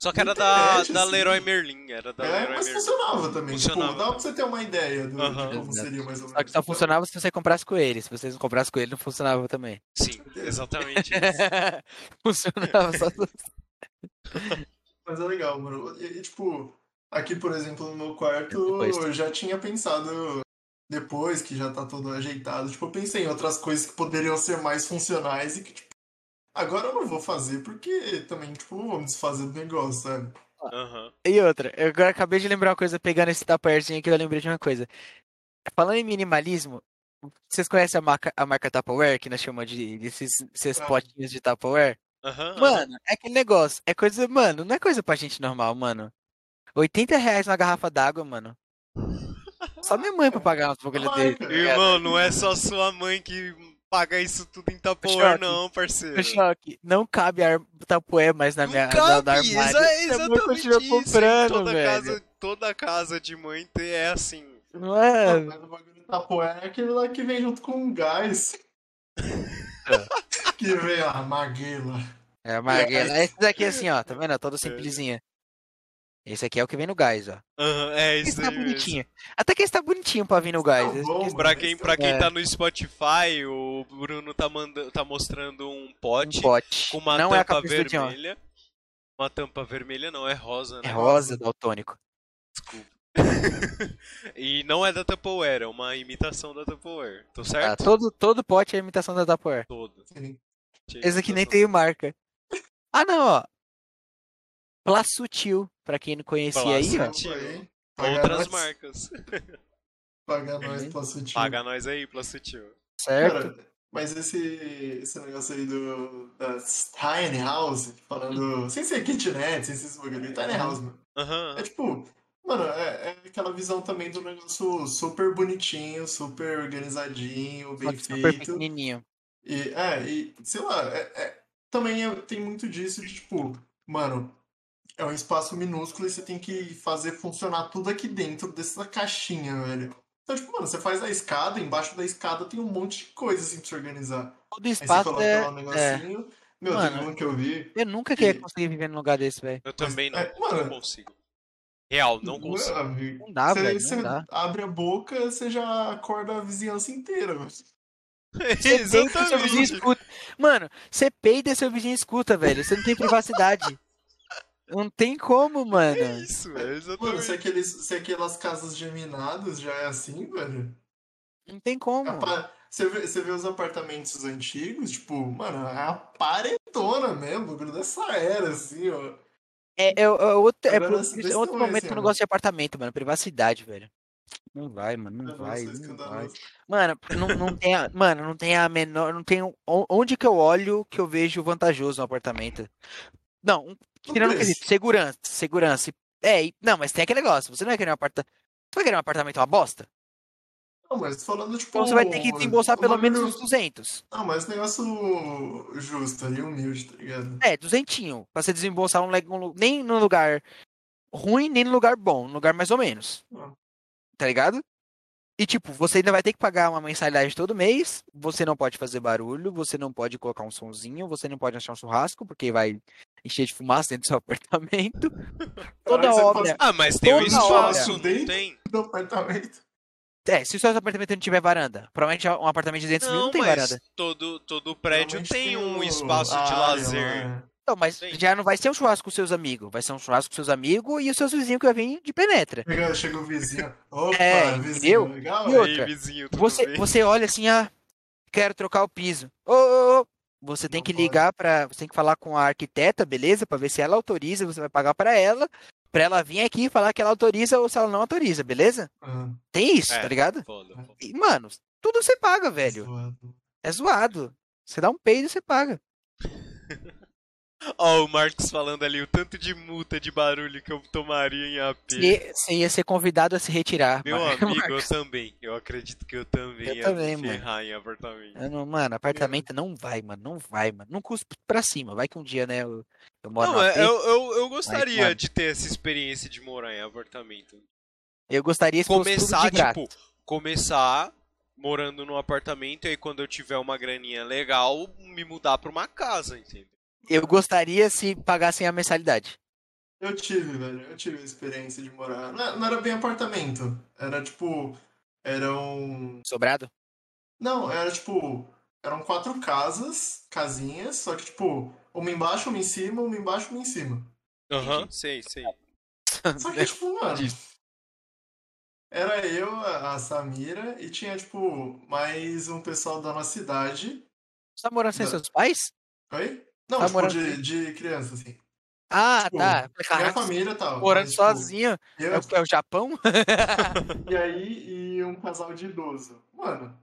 Só que era
na
da,
internet,
da
assim.
Leroy Merlin. Era da
É,
Leroy
mas
Merlin.
funcionava também.
Tá Funcionava.
Tipo, dava pra você ter uma ideia do,
Aham.
de como
Exato.
seria mais ou menos.
Só que tá só funcionava se você comprasse com ele. Se vocês não comprassem com ele, não funcionava também.
Sim, exatamente.
funcionava só.
Mas é legal, mano. E, e, tipo, aqui, por exemplo, no meu
Eu
quarto,
depois. tá.
eu já tinha pensado, depois que já tá tudo ajeitado, tipo, eu pensei em outras coisas que poderiam ser mais funcionais e que, tipo, agora eu não vou fazer porque também, tipo, não vamos desfazer do negócio, sabe?
Aham.
E outra, eu agora acabei de lembrar uma coisa, pegando esse tapoerzinho aqui, eu lembrei de uma coisa. Falando em minimalismo, vocês conhecem a marca, a marca Tupperware, que nós chamamos de desses, esses
Ah.
potinhos de Tupperware?
Aham. aham.
Mano, é aquele negócio, é coisa, mano, não é coisa pra gente normal, mano. 80 reais uma garrafa d'água, mano. Só minha mãe pra pagar umas bagulho tá dele.
Marca.
Irmão, não é só sua mãe que paga isso tudo em Tapoer,
Choque.
não, parceiro.
Tô choque. Não cabe ar... Tupperware mais na
Não
minha na-
cabe,
na armário. É
exa-
Minha mãe
é exatamente
continua
isso.
comprando,
toda,
velho.
Casa, toda casa de mãe tem- é assim.
Mano,
Mas o bagulho do tapoé é aquele lá que vem junto com o gás. que vem a maguila.
É, Marguela. Esse daqui é assim, ó. Tá vendo? Todo simplesinha. Esse aqui é o que vem no gás, ó.
Aham, é isso
Esse tá
aí mesmo.
bonitinho. Até que esse tá bonitinho pra vir no gás.
Tá
Esse-
bom, mano,
Pra quem, pra quem
É.
tá no Spotify, o Bruno tá, manda, tá mostrando um pote,
um pote.
com uma
Não é a
tampa
cabeça do John.
vermelha. Uma tampa vermelha não, é rosa,
É
né?
rosa, daltônico.
E não é da Tupperware, é uma imitação da Tupperware. Tô
Tá,
certo?
todo, todo pote é imitação da Tupperware.
Todo.
Sim.
Tinha
Esse aqui nem
imitação.
tem marca. Ah, não, ó. Plasutil, pra quem não conhecia aí, ó.
Plasutil.
Paga
Outras
nós,
marcas.
Paga
Uhum.
nós, Placetinho.
Paga nós aí, Placetil.
Certo?
Cara, mas esse, esse negócio aí do, da Tiny House,
Uhum.
falando. Sem ser kitnet, sem ser esse
É,
bagulho, Tiny House, mano.
Aham.
É tipo, mano, é, é aquela visão também do negócio super bonitinho, super organizadinho,
Só
bem
que super
feito.
pequenininho.
E, é, e sei lá, é, é- também é- tem muito disso de tipo, mano, é um espaço minúsculo e você tem que fazer funcionar tudo aqui dentro dessa caixinha, velho. Então, tipo, mano, você faz a escada, embaixo da escada tem um monte de coisa assim pra se organizar.
Todo
Aí você
espaço
coloca
é...
lá um negocinho. Meu, tem
Mano.
um que eu vi.
Eu nunca queria conseguir viver num lugar desse, velho.
Eu também não.
É, mano.
Não consigo. Real, não consigo.
Meu amigo,
Não dá,
você-
Ah, velho.
você
Não dá.
abre a boca, você já acorda a vizinhança inteira, velho.
Você peida e seu vizinho
É Exatamente.
escuta. Mano, você peida e seu vizinho escuta, velho. Você não tem privacidade. Não tem como,
É
mano.
isso, é
Mano, se,
exatamente.
aqueles, se aquelas casas geminadas já é assim, velho.
Não tem como.
Apa- Você vê, você vê os apartamentos antigos, tipo, mano, é a paredona mesmo, bagulho dessa era, assim, ó.
É, é, é outro, é
Agora,
pro-
desse
é outro
tamanho,
momento
assim,
que eu não
mano.
gosto de apartamento, mano. Privacidade, velho. Não vai, mano. Não
Nossa,
vai. Não vai.
escandaloso.
Mano, não, não tem a, mano, não tem a menor. Não tem. o- Onde que eu olho que eu vejo vantajoso no apartamento? Não, um-
No
tirando o
preço.
quesito, segurança, segurança. e- É, e- não, mas tem aquele negócio. Você não vai querer um apartamento. Você vai querer um apartamento uma bosta?
Não, mas falando, tipo.
Então você vai ter que desembolsar
o
pelo menos
bagulho-
uns 200.
Não, mas negócio justo ali, humilde, tá ligado?
É, duzentinho. Pra você desembolsar um, leg- um lu- nem no lugar ruim, nem no lugar bom. No lugar mais ou menos.
Ah.
Tá ligado? E tipo, você ainda vai ter que pagar uma mensalidade todo mês. Você não pode fazer barulho. Você não pode colocar um sonzinho. Você não pode achar um churrasco, porque vai encher de fumaça dentro do seu apartamento. Toda
Caralho, você
obra.
Ah, mas tem o
Toda
espaço,
hora.
não tem?
Do apartamento.
É, se o seu apartamento não tiver varanda. Provavelmente um apartamento de 200 mil não tem varanda.
todo, todo prédio
Realmente
tem um
o-
espaço
a
de
área
lazer.
lá, né?
Não, Então, mas
Sim.
já não vai ser um churrasco com seus amigos. Vai ser um churrasco com seus amigos e os seus vizinhos que vai vir de penetra.
é. Chega, chega o vizinho. Opa,
É,
vizinho,
entendeu?
legal,
E
hein?
Aí,
outra,
vizinho, tudo
Você,
bem?
você olha assim, ah, quero trocar o piso. Ô, ô, ô. Você tem
Não
que
pode.
ligar pra. você tem que falar com a arquiteta, beleza? Pra ver se ela autoriza, você vai pagar pra ela, pra ela vir aqui e falar que ela autoriza ou se ela não autoriza, beleza?
Ah,
Tem isso,
É.
tá ligado?
Foda, foda.
E, mano, tudo você paga, velho.
zoado.
É zoado. Você dá um peido e você paga.
Ó, o Marcos falando ali, o tanto de multa de barulho que eu tomaria em AP.
E você ia ser convidado a se retirar.
Meu
Mar-
amigo,
Marcos.
eu também. Eu acredito que eu também
Eu
ia
também,
me
mano.
ferrar em apartamento.
Eu não- mano, apartamento não vai, mano. Não vai, mano. Não cuspe pra cima. Vai que um dia, né, eu, eu moro
Não,
num
é-
AP.
eu, eu, eu gostaria
mano.
de ter essa experiência de morar em apartamento.
Eu gostaria se fosse tudo
Começar,
de graça.
tipo, começar morando num apartamento e aí quando eu tiver uma graninha legal, me mudar pra uma casa, entendeu?
Eu gostaria se pagassem a mensalidade.
Eu tive, velho. Eu tive a experiência de morar. Não, não era bem apartamento. Era tipo. Era um.
Sobrado?
Não, era tipo. Eram quatro casas, casinhas, só que tipo, uma embaixo, uma em cima, uma embaixo, uma em cima.
Aham, sei, sei.
Só que, tipo, mano.
Disso.
Era eu, a a Samira, e tinha, tipo, mais um pessoal da nossa cidade.
Você tá morando sem
Não.
seus pais?
Oi? Não,
Tá
tipo,
morando
de, de criança, assim.
Ah,
Tipo,
tá.
Minha
Caraca,
família e tal.
morando
mas, tipo,
sozinho.
eu-
É o, é o Japão?
E aí, e um casal de idoso. Mano,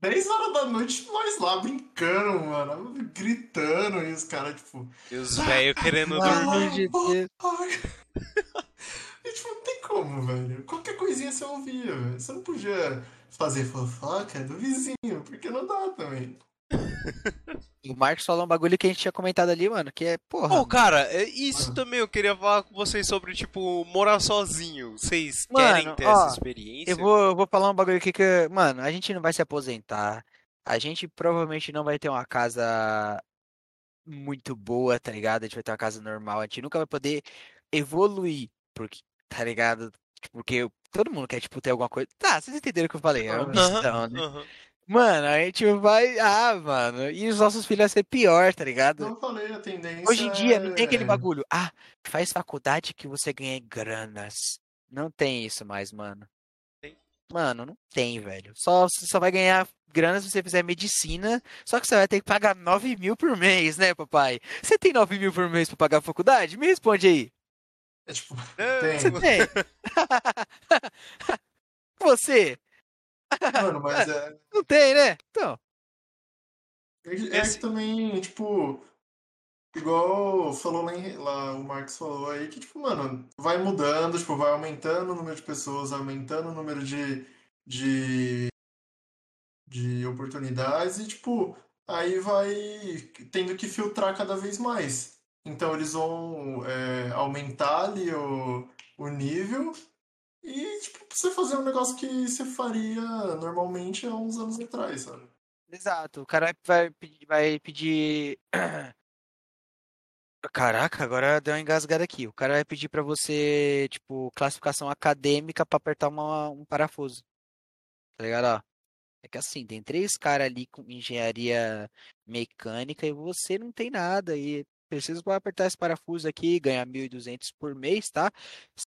10 horas da noite, nós lá brincando, mano, gritando, e os caras, tipo,
E os velhos querendo
Ah,
dormir.
Pelo amor de Deus.
ai. E, tipo, não tem como, velho. Qualquer coisinha você ouvia, velho. Você não podia fazer fofoca do vizinho, porque não dá também.
O Marcos falou um bagulho que a gente tinha comentado ali, mano, que é, porra.
Pô, cara, é- isso
Ah.
também eu queria falar com vocês sobre, tipo, morar sozinho. Vocês
Mano,
querem ter
ó,
essa experiência?
eu, vou, eu vou falar um bagulho aqui que, mano, a gente não vai se aposentar. A gente provavelmente não vai ter uma casa muito boa, tá ligado? A gente vai ter uma casa normal. A gente nunca vai poder evoluir, porque, tá ligado? Porque todo mundo quer, tipo, ter alguma coisa. Tá, vocês entenderam o que eu falei. É uma
Aham,
missão, né?
Aham.
Mano, a gente vai. Ah, mano. E os nossos filhos vão ser pior, tá ligado?
Então eu falei, a tendência.
Hoje em dia, não tem aquele
é-
bagulho. Ah, faz faculdade que você ganha granas. Não tem isso mais, mano.
Tem?
Mano, não tem, velho. Só, você só vai ganhar grana se você fizer medicina. Só que você vai ter que pagar 9 mil por mês, né, papai? Você tem 9 mil por mês pra pagar a faculdade? Me responde aí.
É tipo,
Você
tem.
tem? você?
Mano, mas é.
Não tem, né? Então,
É que- é que
Esse-
também, tipo, igual falou lá, em- lá o Marcos falou aí, que, tipo, mano, vai mudando, tipo, vai aumentando o número de pessoas, vai aumentando o número de, de, de oportunidades e, tipo, aí vai tendo que filtrar cada vez mais. Então eles vão, é, aumentar ali o, o nível e, tipo, pra você fazer um negócio que você faria normalmente há uns anos atrás, sabe?
exato. O cara vai, pe- vai pedir. Caraca, agora deu uma engasgada aqui. O cara vai pedir pra você, tipo, classificação acadêmica pra apertar uma- um parafuso. Tá ligado? Ó, é que assim, tem três caras ali com engenharia mecânica e você não tem nada. E preciso pra apertar esse parafuso aqui, ganhar 1.200 por mês, tá?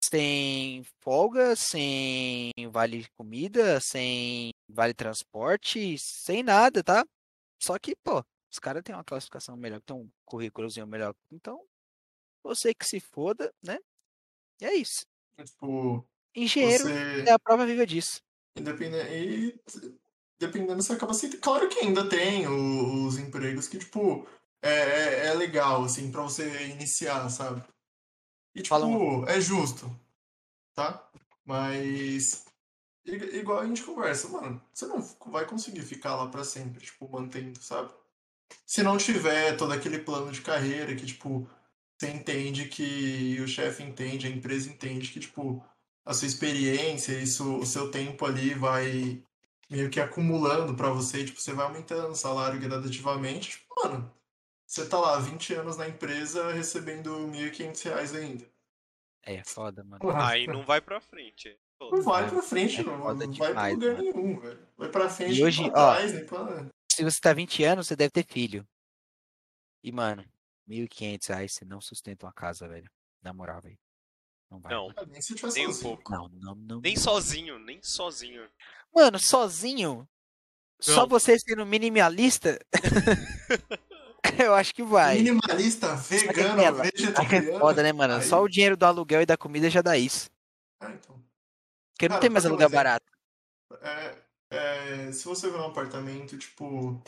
Sem folga, sem vale comida, sem vale transporte, sem nada, tá? Só que, pô, os caras têm uma classificação melhor, têm um currículozinho melhor. Então, você que se foda, né? E é isso.
Tipo,
Engenheiro
você...
é a prova viva disso.
Independente, e dependendo, você acaba sendo. Claro que ainda tem o- os empregos que, tipo, é, é, é legal, assim, pra você iniciar, sabe? E, tipo,
Fala
é justo, tá? Mas, i- igual a gente conversa, mano, você não vai conseguir ficar lá pra sempre, tipo, mantendo, sabe? Se não tiver todo aquele plano de carreira que, tipo, você entende que o chefe entende, a empresa entende que, tipo, a sua experiência, isso, o seu tempo ali vai meio que acumulando pra você, tipo, você vai aumentando o salário gradativamente, tipo, mano, você tá lá 20 anos na empresa recebendo 1.500 reais ainda.
É foda, mano.
Porra,
Aí não vai pra frente. Pô,
não vai pra frente,
É
não,
foda
não vai pra
demais,
lugar
mano.
nenhum, velho. Vai pra frente,
E
nem
hoje,
pra
ó,
trás, nem pra...
Se você tá 20 anos, você deve ter filho. E, mano, 1.500 reais você não sustenta uma casa, velho. Na moral, velho. Não vai.
Não,
mano.
Ah, Nem se eu tivesse
nem um
sozinho.
pouco.
Não, não, não.
Nem sozinho, nem sozinho.
Mano, sozinho? Só
Não.
você sendo minimalista? Eu acho que vai.
Minimalista,
que
vegano,
aquela- Ai, que é
vegetariano.
foda, né, mano?
Aí.
Só o dinheiro do aluguel e da comida já dá isso.
Ah, então.
Porque não
Cara,
tem mais
pra ter um
aluguel
exemplo.
barato.
É, é, se você vê um apartamento, tipo,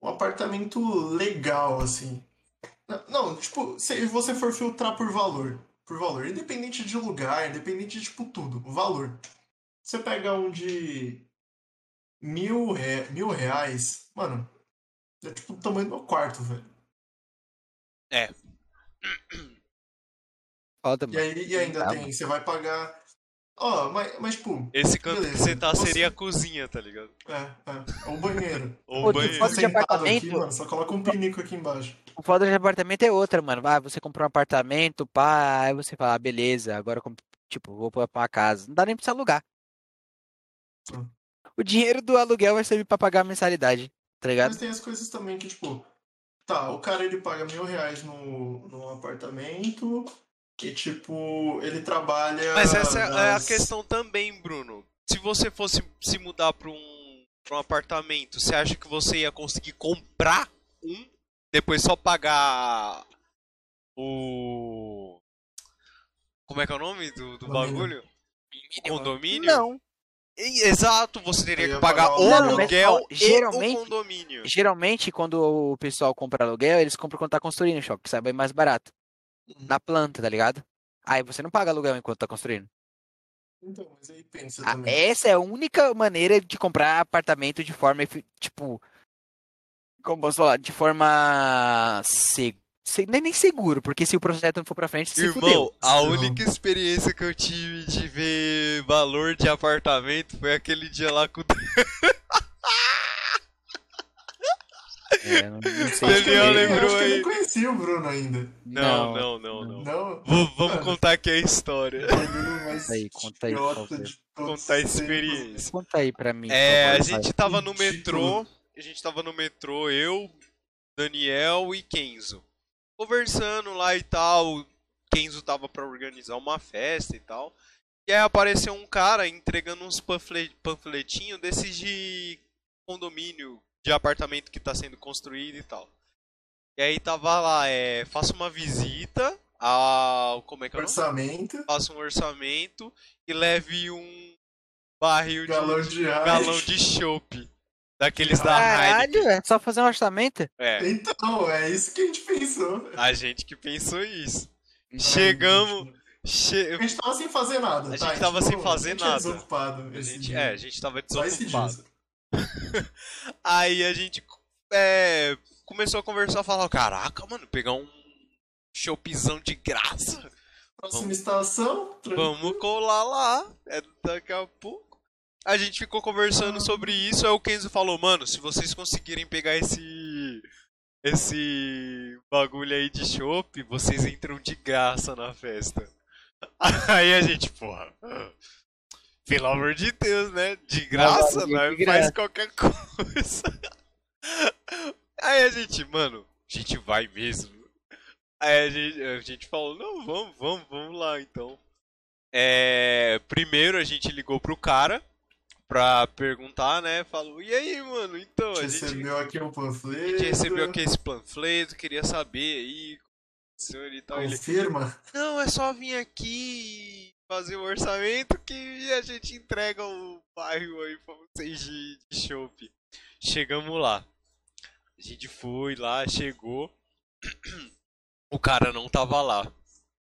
um apartamento legal, assim. Não, tipo, se você for filtrar por valor, por valor, independente de lugar, independente de, tipo, tudo, valor. Você pega um de mil, re... mil reais, mano, é tipo o tamanho do meu quarto, velho.
É.
Foda,
E, aí, e ainda
Tá,
tem, você vai pagar. Ó, mas, mas, tipo,
Esse canto que
Beleza.
você tá
Você-
seria a cozinha, tá ligado?
é, é, é o banheiro.
Ou
Pô,
o
tu
banheiro.
faz- Foto de
Sentado aqui,
apartamento?
mano, só coloca um pinico aqui embaixo.
O foda de apartamento é outra, mano. Vai, você comprou um apartamento, pá, aí você fala, ah, beleza, agora eu comp- tipo, vou pra uma casa. Não dá nem pra você alugar.
Hum.
O dinheiro do aluguel vai servir pra pagar a mensalidade, tá ligado?
Mas tem as coisas também que, tipo, tá, o cara ele paga mil reais no, no apartamento e, tipo, ele trabalha.
Mas essa é- é a
nas-
questão também, Bruno. Se você fosse se mudar pra um, pra um apartamento, você acha que você ia conseguir comprar um, depois só pagar o. Como é que é o nome do, do
Condomínio.
bagulho? Condomínio?
Não.
E- Exato, você teria
Eu ia
que pagar
pagar
o
o
aluguel.
aluguel
Não, mas, ó,
e
geralmente-
o condomínio.
Geralmente, quando o pessoal compra aluguel, eles compram quando tá construindo o shopping, que sai bem mais barato.
Uhum.
Na planta, tá ligado? Aí você não paga aluguel enquanto tá construindo.
Então, mas aí pensa
Ah,
também.
Essa é a única maneira de comprar apartamento de forma, efi- tipo, como posso falar, de forma segura. Nem, nem seguro, porque se o projeto não for pra frente, se
Irmão,
fudeu.
a
Não.
única experiência que eu tive de ver valor de apartamento foi aquele dia lá com o
É, não, não sei
Daniel
direito.
Eu
lembrou
acho que eu
aí.
nem conhecia o Bruno ainda.
Não, não, não, não.
Não?
V- vamos
Mano.
contar aqui a história.
Bruno, mas
Conta aí, conta aí, por
idiota
favor.
de todos
Contar a
os tempos.
experiência.
Conta aí pra mim.
É, a
por favor, Então vai.
gente tava no
Ridículo.
metrô. A gente tava no metrô, eu, Daniel e Kenzo. Conversando lá e tal. Kenzo tava pra organizar uma festa e tal. E aí apareceu um cara entregando uns panfle- panfletinhos desses de condomínio, de apartamento que tá sendo construído e tal. E aí tava lá, é, faça uma visita ao. Como é que é o nome?
Orçamento,
faça um orçamento e leve um barril de
galão de ar.
galão de chopp. Daqueles da Heineken.
Caralho, é só fazer um orçamento?
É,
Então, é isso que a gente pensou. É,
a gente que pensou isso. Chegamos.
A
Che...
gente tava sem fazer nada.
A
tá?
gente tava sem fazer
a gente
nada.
É desocupado.
A
esse
gente,
dia.
é, a gente tava
Só esse dia.
desocupado. Aí a gente é, começou a conversar, falar, caraca, mano, pegar um choppzão de graça.
Próxima estação. tranquilo.
Vamos colar lá. É daqui a pouco. A gente ficou conversando sobre isso. Aí o Kenzo falou, mano, se vocês conseguirem pegar esse. Esse bagulho aí de chopp, vocês entram de graça na festa. Aí a gente, porra. Pelo amor de Deus, né? De graça,
Não, de
nós faz
graça.
qualquer coisa. Aí a gente, mano, a gente vai mesmo. Aí a gente, a gente falou, não, vamos, vamos, vamos lá então. É, primeiro a gente ligou pro cara pra perguntar, né? Falou, e aí, mano, então,
A
a
gente
gente,
recebeu aqui um
a
panfleto.
gente recebeu aqui um esse panfleto, queria saber aí, o senhor e tal. Ele,
Confirma.
não, é só vir aqui e fazer o orçamento que a gente entrega o bairro aí pra vocês de, de chope. Chegamos lá. A gente foi lá, chegou. O cara não tava lá.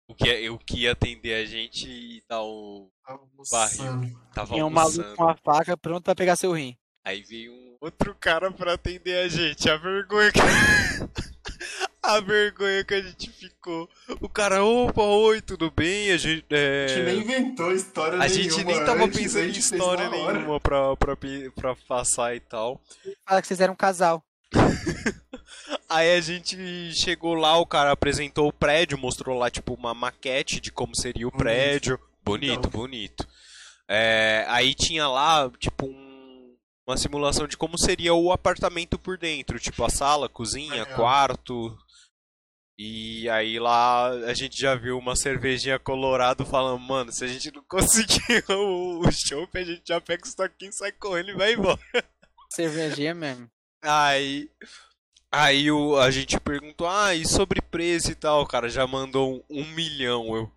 O que, é- o que ia atender a gente e tal.
Almoçando.
Tava
Tinha um maluco
almoçando.
com uma faca pronto pra pegar seu rim.
Aí veio um outro cara pra atender a gente. A vergonha que. a vergonha que a gente ficou. O cara, opa, oi, tudo bem? A gente. é,
A gente nem inventou história
a gente nem
nenhuma
tava
antes, a
pensando em
gente fez
história
na hora.
nenhuma pra, pra, pe- pra passar e tal.
Fala que vocês eram um casal.
Aí a gente chegou lá, o cara apresentou o prédio, mostrou lá, tipo, uma maquete de como seria o
Bonito.
prédio. Bonito,
Então.
bonito. É, aí tinha lá, tipo, um- uma simulação de como seria o apartamento por dentro. Tipo, a sala, cozinha,
Legal.
quarto. E aí lá a gente já viu uma cervejinha colorado falando, mano, se a gente não conseguir o, o chopp, a gente já pega isso daqui e sai correndo e vai embora.
Cervejinha mesmo.
Aí, aí o, a gente perguntou, ah, e sobre preço e tal, o cara já mandou um, um milhão, eu,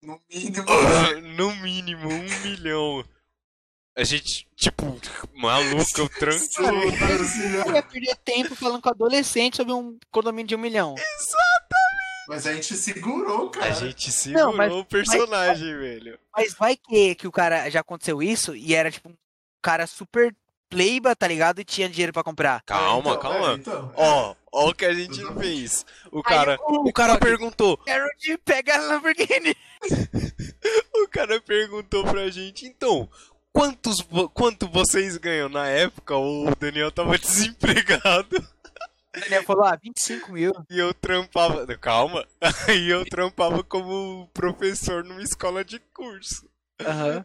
No mínimo.
no mínimo, um milhão. A gente, tipo, maluco, eu tranco.
Sim,
Eu ia perder tempo falando com adolescente sobre um condomínio de um milhão.
Mas a gente segurou,
A
cara.
gente segurou
Não, mas-
o personagem, velho.
Mas é vai que, que o cara já aconteceu isso e era tipo um cara super pleiba, tá ligado? E tinha dinheiro pra comprar.
Calma,
Então, é,
calma.
então, é.
Ó, ó o que a gente
Exatamente.
fez. O cara,
Aí, o
o cara perguntou,
Harold pega a Lamborghini.
o cara perguntou pra gente, então, quantos vo- quanto vocês ganham na época? O Daniel tava desempregado
O Daniel falou, ah, 25 mil.
e eu trampava, calma, e eu trampava como professor numa escola de curso.
Aham.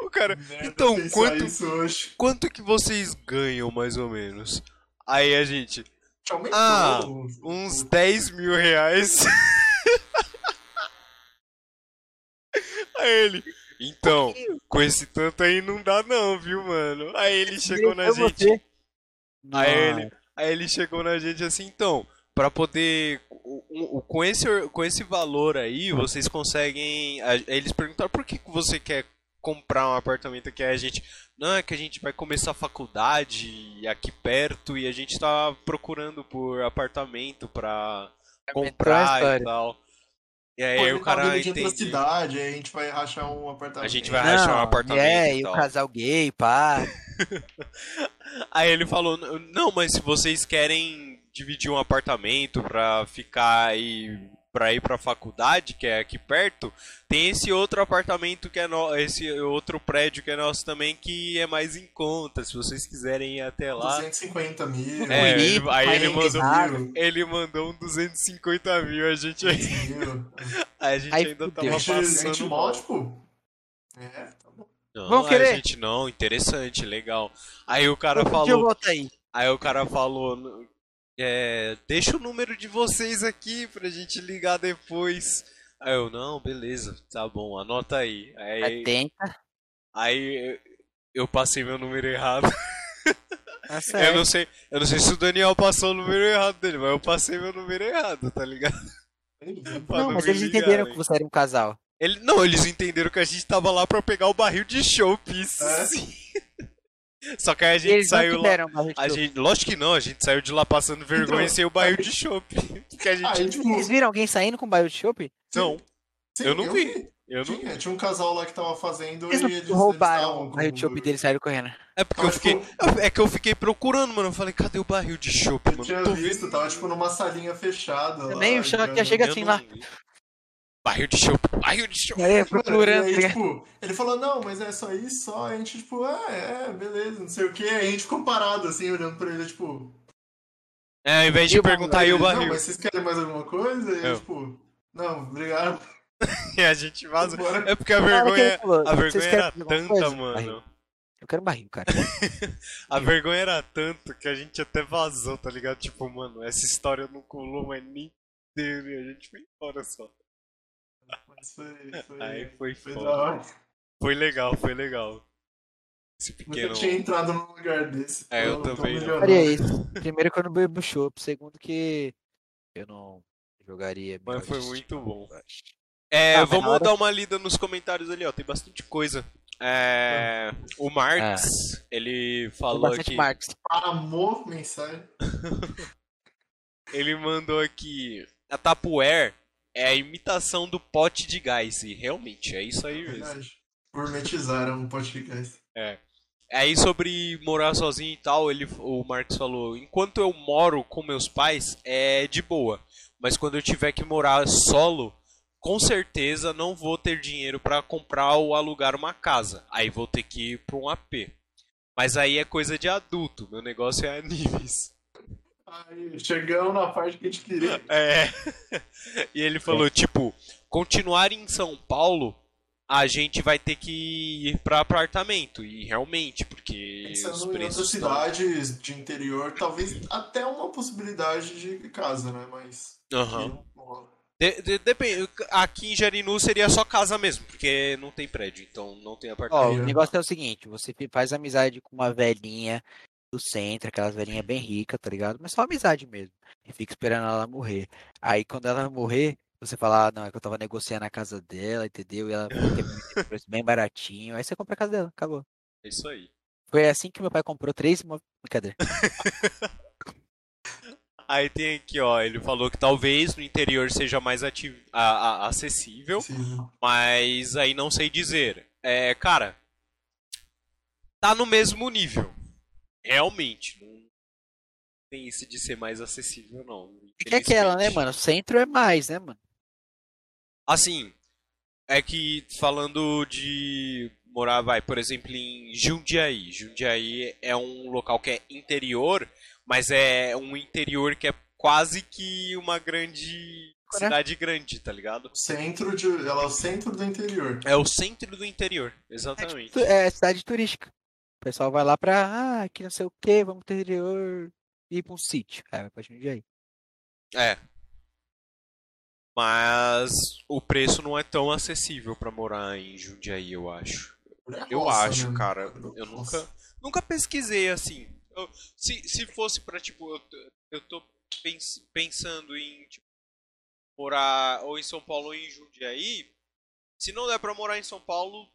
O cara,
Merda
Então,
pensar
quanto-
Isso hoje.
quanto que vocês ganham mais ou menos? Aí a gente,
Te aumentou.
Ah, uns 10 mil reais. Aí ele, então, com esse tanto aí não dá não, viu, mano? Aí ele chegou na
Eu vou
gente,
ter.
Aí ele- aí ele chegou na gente assim, então, pra poder o- o- o- com esse or- com esse valor aí, vocês conseguem, a- aí eles perguntaram por que que você quer comprar um apartamento que a gente, não é que a gente vai começar a faculdade aqui perto e a gente tá procurando por apartamento pra
Então é
comprar
história.
e tal. E aí
Pô, ele
é, o
tá
cara
vindo de outra
entende.
cidade, aí a gente vai rachar um apartamento.
A gente vai rachar um apartamento
É,
e
e o
tal.
casal gay, pá.
Aí ele falou, "N- não, mas se vocês querem dividir um apartamento pra ficar aí pra ir pra faculdade, que é aqui perto, tem esse outro apartamento que é no... esse outro prédio que é nosso também que é mais em conta, se vocês quiserem ir até lá.
250 mil.
É,
Um
ele-
livro,
aí ele
quarenta e
mandou,
nada.
mil.
ele mandou um 250 mil, a gente,
mil.
a gente
Aí
ainda
fudeu.
tava
A gente, a gente
passando
mó,
mal.
tipo. É, tá bom.
Não,
Vamos
aí
querer?
a gente não, interessante, legal. Aí o cara
Outro dia
falou,
eu volto aí.
Aí o cara falou: "N- é, deixa o número de vocês aqui pra gente ligar depois. Aí eu, não, beleza, tá bom, anota aí. Aí,
Atenta.
aí eu- eu passei meu número errado.
Tá
Eu
certo.
não sei, eu não sei se o Daniel passou o número errado dele, mas eu passei meu número errado, tá ligado?
Beleza.
Pra
Não, mas
me
eles entenderam
ligarem.
que você era um casal.
Ele, não, eles entenderam que a gente tava lá pra pegar o barril de showpiece.
É?
Só que aí a gente
eles não
saiu lá.
tiveram barra de
A
chope.
gente, lógico que não, a gente saiu de lá passando vergonha
Então,
sem o barril de chope. Que a gente
Aí, tipo,
Vocês viram alguém saindo com um barril de chope?
não.
sim,
eu não vi. Eu não...
Tinha, tinha um casal lá que tava fazendo
Eles
e
não
eles eles
roubaram
estavam
o
com- um
barril de chope deles e saíram correndo.
É porque
Tava,
eu fiquei.
tipo,
eu- É que eu fiquei procurando, mano. Eu falei, cadê o barril de chope,
eu
mano?
tinha
Não tô
visto, tava tipo numa salinha fechada. lá,
Também o Sherlock já
ligado?
chega
eu
assim
não
lá.
vi. Barril de chope, barril de chope.
É,
Mano,
procurando.
E aí, tipo, ele falou, não, mas é só isso, só. A gente, tipo, ah, é, beleza, não sei o que. Aí a gente ficou parado, assim, olhando pra ele, tipo...
É, ao invés
E
de
o
perguntar aí o
ele,
barril.
Não, mas vocês querem mais alguma coisa? E
Eu.
eu, tipo, não, obrigado.
E a gente vaza.
Bora.
É porque a vergonha. A vergonha era tanta, mano.
Eu quero um barril, cara.
A vergonha era tanto que a gente até vazou, tá ligado? Tipo, mano, essa história não colou, mas nem dele. A gente foi embora só.
Mas foi, foi,
Aí foi
foi
foda.
da hora.
Foi legal, foi legal. Esse
Nunca
pequeno.
tinha entrado num lugar desse.
É, eu
Tô- tô
também não.
milionário.
Faria isso. Primeiro que eu não bebo chope. Segundo que eu não jogaria.
Mas foi
melhor
muito bom.
de chope.
É,
Ah, mas
vamos
na hora-
dar uma lida nos comentários ali, ó. Tem bastante coisa. É, o Marx, ele
Ah. Tem
falou
bastante
aqui.
Marx.
Amor mensagem.
Ele mandou aqui. A Tupperware é a imitação do pote de gás. E realmente, é isso aí mesmo.
Verdade. Gourmetizaram o podcast.
Aí sobre morar sozinho e tal, ele, o Marcos falou: enquanto eu moro com meus pais, é de boa. Mas quando eu tiver que morar solo, com certeza não vou ter dinheiro pra comprar ou alugar uma casa. Aí vou ter que ir pra um AP. Mas aí é coisa de adulto, meu negócio é a níveis.
Aí, chegamos na parte que a gente queria.
É. E ele falou, tipo, continuar em São Paulo, a gente vai ter que ir pra apartamento. E realmente, porque os
Pensando em outras
preços estão
cidades de interior, talvez até uma possibilidade de casa, né? Mas.
Aham.
não rola.
De- de- depende. Aqui em Jarinu seria só casa mesmo, porque não tem prédio, então não tem
Ó,
apartamento.
o
Aí, ó.
negócio é o seguinte, você fi- faz amizade com uma velhinha do centro, aquelas velhinhas bem ricas, tá ligado? Mas só amizade mesmo. E fica esperando ela morrer. Aí quando ela morrer, Você falar, não, é que eu tava negociando a casa dela, entendeu? E ela tem um preço bem baratinho. Aí você compra a casa dela, acabou.
É isso aí.
Foi assim que meu pai comprou três imóveis. Brincadeira.
Aí tem aqui, ó, ele falou que talvez no interior seja mais ati- a- a- acessível,
Sim.
mas aí não sei dizer. É, cara, tá no mesmo nível. Realmente, não tem isso de ser mais acessível, não.
Que é aquela, né,
infelizmente.
mano? Centro é mais, né, mano?
Assim, é que falando de morar, vai, por exemplo, em Jundiaí. Jundiaí é um local que é interior, mas é um interior que é quase que uma grande
Né?
cidade grande, tá ligado?
Centro de. Ela é o centro do interior.
É o centro do interior,
É, tipo,
exatamente.
tu- é cidade turística. O pessoal vai lá pra, ah, aqui não sei o que, vamos pro interior e ir pra um sítio. Ah, vai pra Jundiaí.
É. Mas o preço não é tão acessível pra morar em Jundiaí, eu acho. Eu acho, cara. Eu
É Nossa.
nunca, nunca pesquisei assim. Eu- se, se fosse pra, tipo, eu, t- eu tô pens- pensando em tipo, morar ou em São Paulo ou em Jundiaí. Se não der pra morar em São Paulo,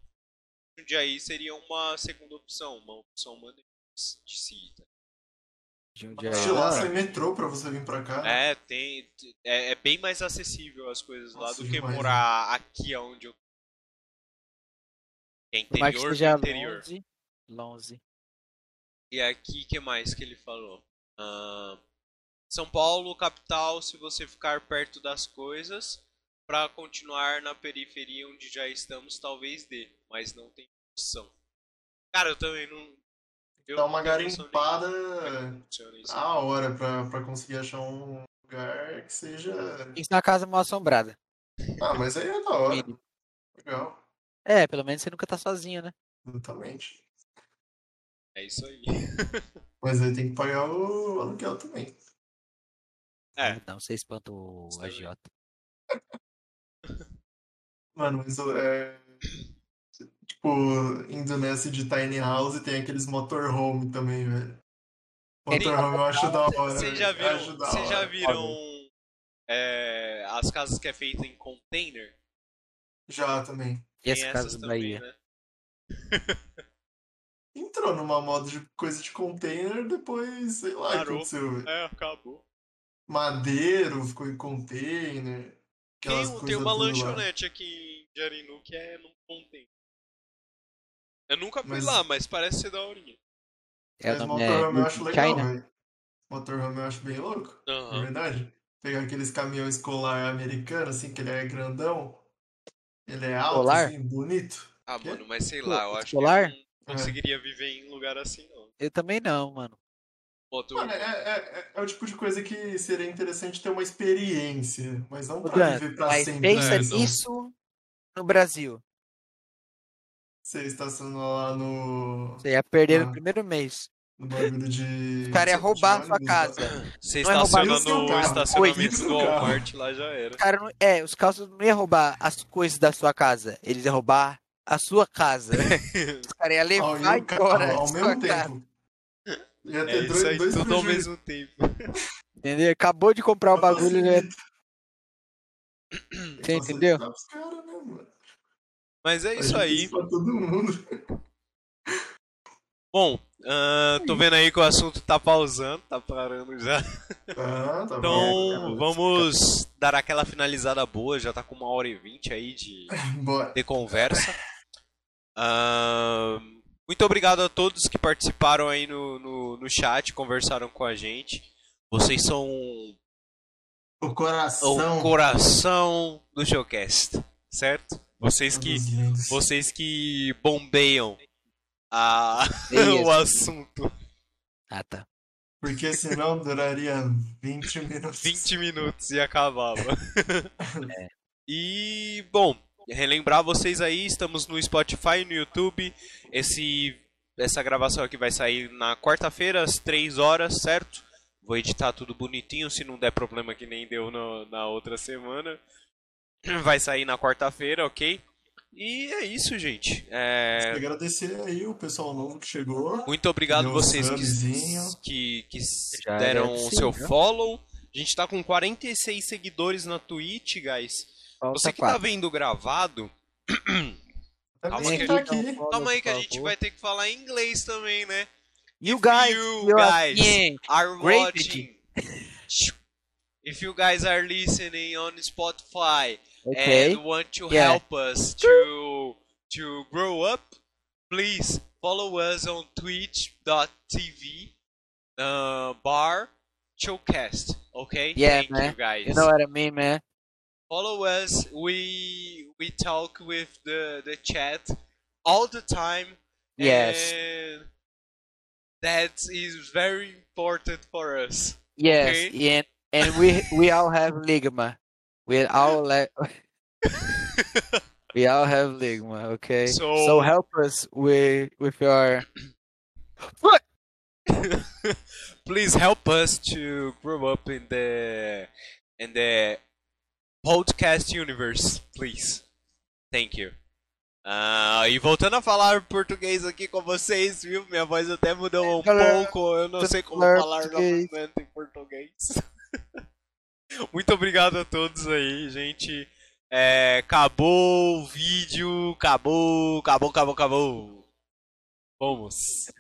Jundiaí seria uma segunda opção, uma opção maneira de se ir. tá?
Jundiaí.
De lá
Ah,
sai metrô pra você vir pra cá.
É, tem, t- é, é bem mais acessível as coisas lá
Nossa,
do que
demais, né?
morar aqui onde eu é
por mais que
interior, do
seja
interior.
longe, longe.
E aqui, que mais que ele falou? Ah, São Paulo, capital, se você ficar perto das coisas, para continuar na periferia onde já estamos, talvez dê, mas não tem noção. Cara, eu também não. Eu
Dá
não
uma
tenho noção
garimpada ah,
nenhuma como é que funciona isso.
a hora pra, pra conseguir achar um lugar que seja.
Isso na casa mal assombrada.
Ah, mas aí é da hora.
Mínimo.
Legal.
É, pelo menos você nunca tá sozinho, né?
Exatamente.
É isso aí.
Mas aí tem que pagar o aluguel também.
É.
Não, você espanta o
Isso também.
agiota.
Mano, mas é. Tipo, indo nessa de tiny house, tem aqueles motorhome também, velho.
Tem
Motorhome eu acho da hora.
Vocês já
velho. Eu acho
viram,
da
vocês já
hora.
viram é, as casas que é feita em container?
Já também.
E
Tem
essa
essas
casa da
também,
Bahia?
né?
Entrou numa moda de coisa de container, depois, sei lá, o que
Parou.
aconteceu, velho.
É, acabou.
Madeiro ficou em container.
Tem,
aquelas
um- tem
coisas
uma
tudo lá.
lanchonete aqui em Jarinu que é num container. Eu nunca fui
Mas-
lá, mas parece ser daorinha.
É o
né?
Mas
nome é
motorhome eu acho
Made in
legal, né?
China.
velho. Motorhome eu acho bem louco, na
Aham.
verdade. Pegar aqueles caminhão escolar americano, assim, que ele é grandão. Ele é alto,
Escolar?
assim, bonito.
Ah,
Quê?
mano, mas sei lá, eu acho que eu
Escolar?
não conseguiria viver em lugar assim, não.
Eu também não, mano.
Motor...
Mano, é, é- é- é o tipo de coisa que seria interessante ter uma experiência, mas não
Ô,
pra
Dan,
viver pra
Mas
sempre. né?
pensa
É, não.
nisso no Brasil.
Você estaciona lá no,
Você ia perder
Ah.
no primeiro mês.
no bagulho de.
O cara ia
de
roubar a sua
ônibus, tá?
casa.
Você
Não é roubar
estaciona
o seu
no
carro.
estacionamento
Pois
do
é, o carro.
Walmart lá já era.
O cara não, é, os caras não iam roubar as coisas da sua casa. Eles iam roubar a sua casa. os caras iam
Ao,
levar
mesmo carro,
embora a
ao
sua
mesmo
casa.
tempo. Ia
É
ter
isso aí,
dois, dois
tudo ao
prejuízos.
mesmo tempo.
Entendeu? Acabou de comprar o bagulho, né? Você entendeu?
Facilitar pros caras, né, mano?
Mas é
Faz
isso aí.
difícil Pra todo mundo.
Bom, ahn, tô vendo aí que o assunto tá pausando, tá parando já.
Tá, tá
Então
bom.
vamos dar aquela finalizada boa, já tá com uma hora e vinte aí de,
Bora.
de conversa. Ahn, muito obrigado a todos que participaram aí no, no, no chat, conversaram com a gente. Vocês são um, Então,
O
o
coração.
coração do showcast, certo? Vocês que,
dos lindos.
vocês que bombeiam a- o
Isso.
assunto.
Ah, tá.
Porque senão duraria 20 minutos.
20 minutos e acabava. E, bom, relembrar vocês aí, estamos no Spotify e no YouTube. Esse, essa gravação aqui vai sair na quarta-feira, às 3 horas, certo? Vou editar tudo bonitinho, se não der problema que nem deu no- na outra semana. Vai sair na quarta-feira, ok? E é isso, gente. É,
Agradecer aí o pessoal novo que chegou.
muito obrigado
Deu um
vocês que,
subzinho.
que, que
Já
deram o
agradeci,
seu
já.
follow. A gente tá com 46 seguidores na Twitch, guys.
Falta
Você que tá
quatro.
vendo gravado, Calma
Calma
que-
que tá aqui.
Então,
calma aí que a
por
gente
favor.
vai ter que falar em inglês também, né?
You guys,
you
you are-
guys
yeah.
are
Great.
watching. If you guys are listening on Spotify
Okay.
and want to
Yeah.
help us to to grow up, please follow us on twitch.tv uh, bar showcast. Okay?
Yeah,
Thank
man.
you guys.
You know what I mean, man?
follow us. We we talk with the the chat all the time.
Yes.
And that is very important for us.
Yes, and and we we all have ligma. We all le- we all have ligma. Okay.
So-
help us with with your
Please help us to grow up in the in the podcast universe, please. Thank you. Ah, e voltando a falar português aqui com vocês, viu? Minha voz até mudou um
Galera,
pouco, eu não sei como
falar
falar
português.
novamente em português. Muito obrigado a todos aí, gente. É, acabou o vídeo, acabou, acabou, acabou, acabou. Vamos.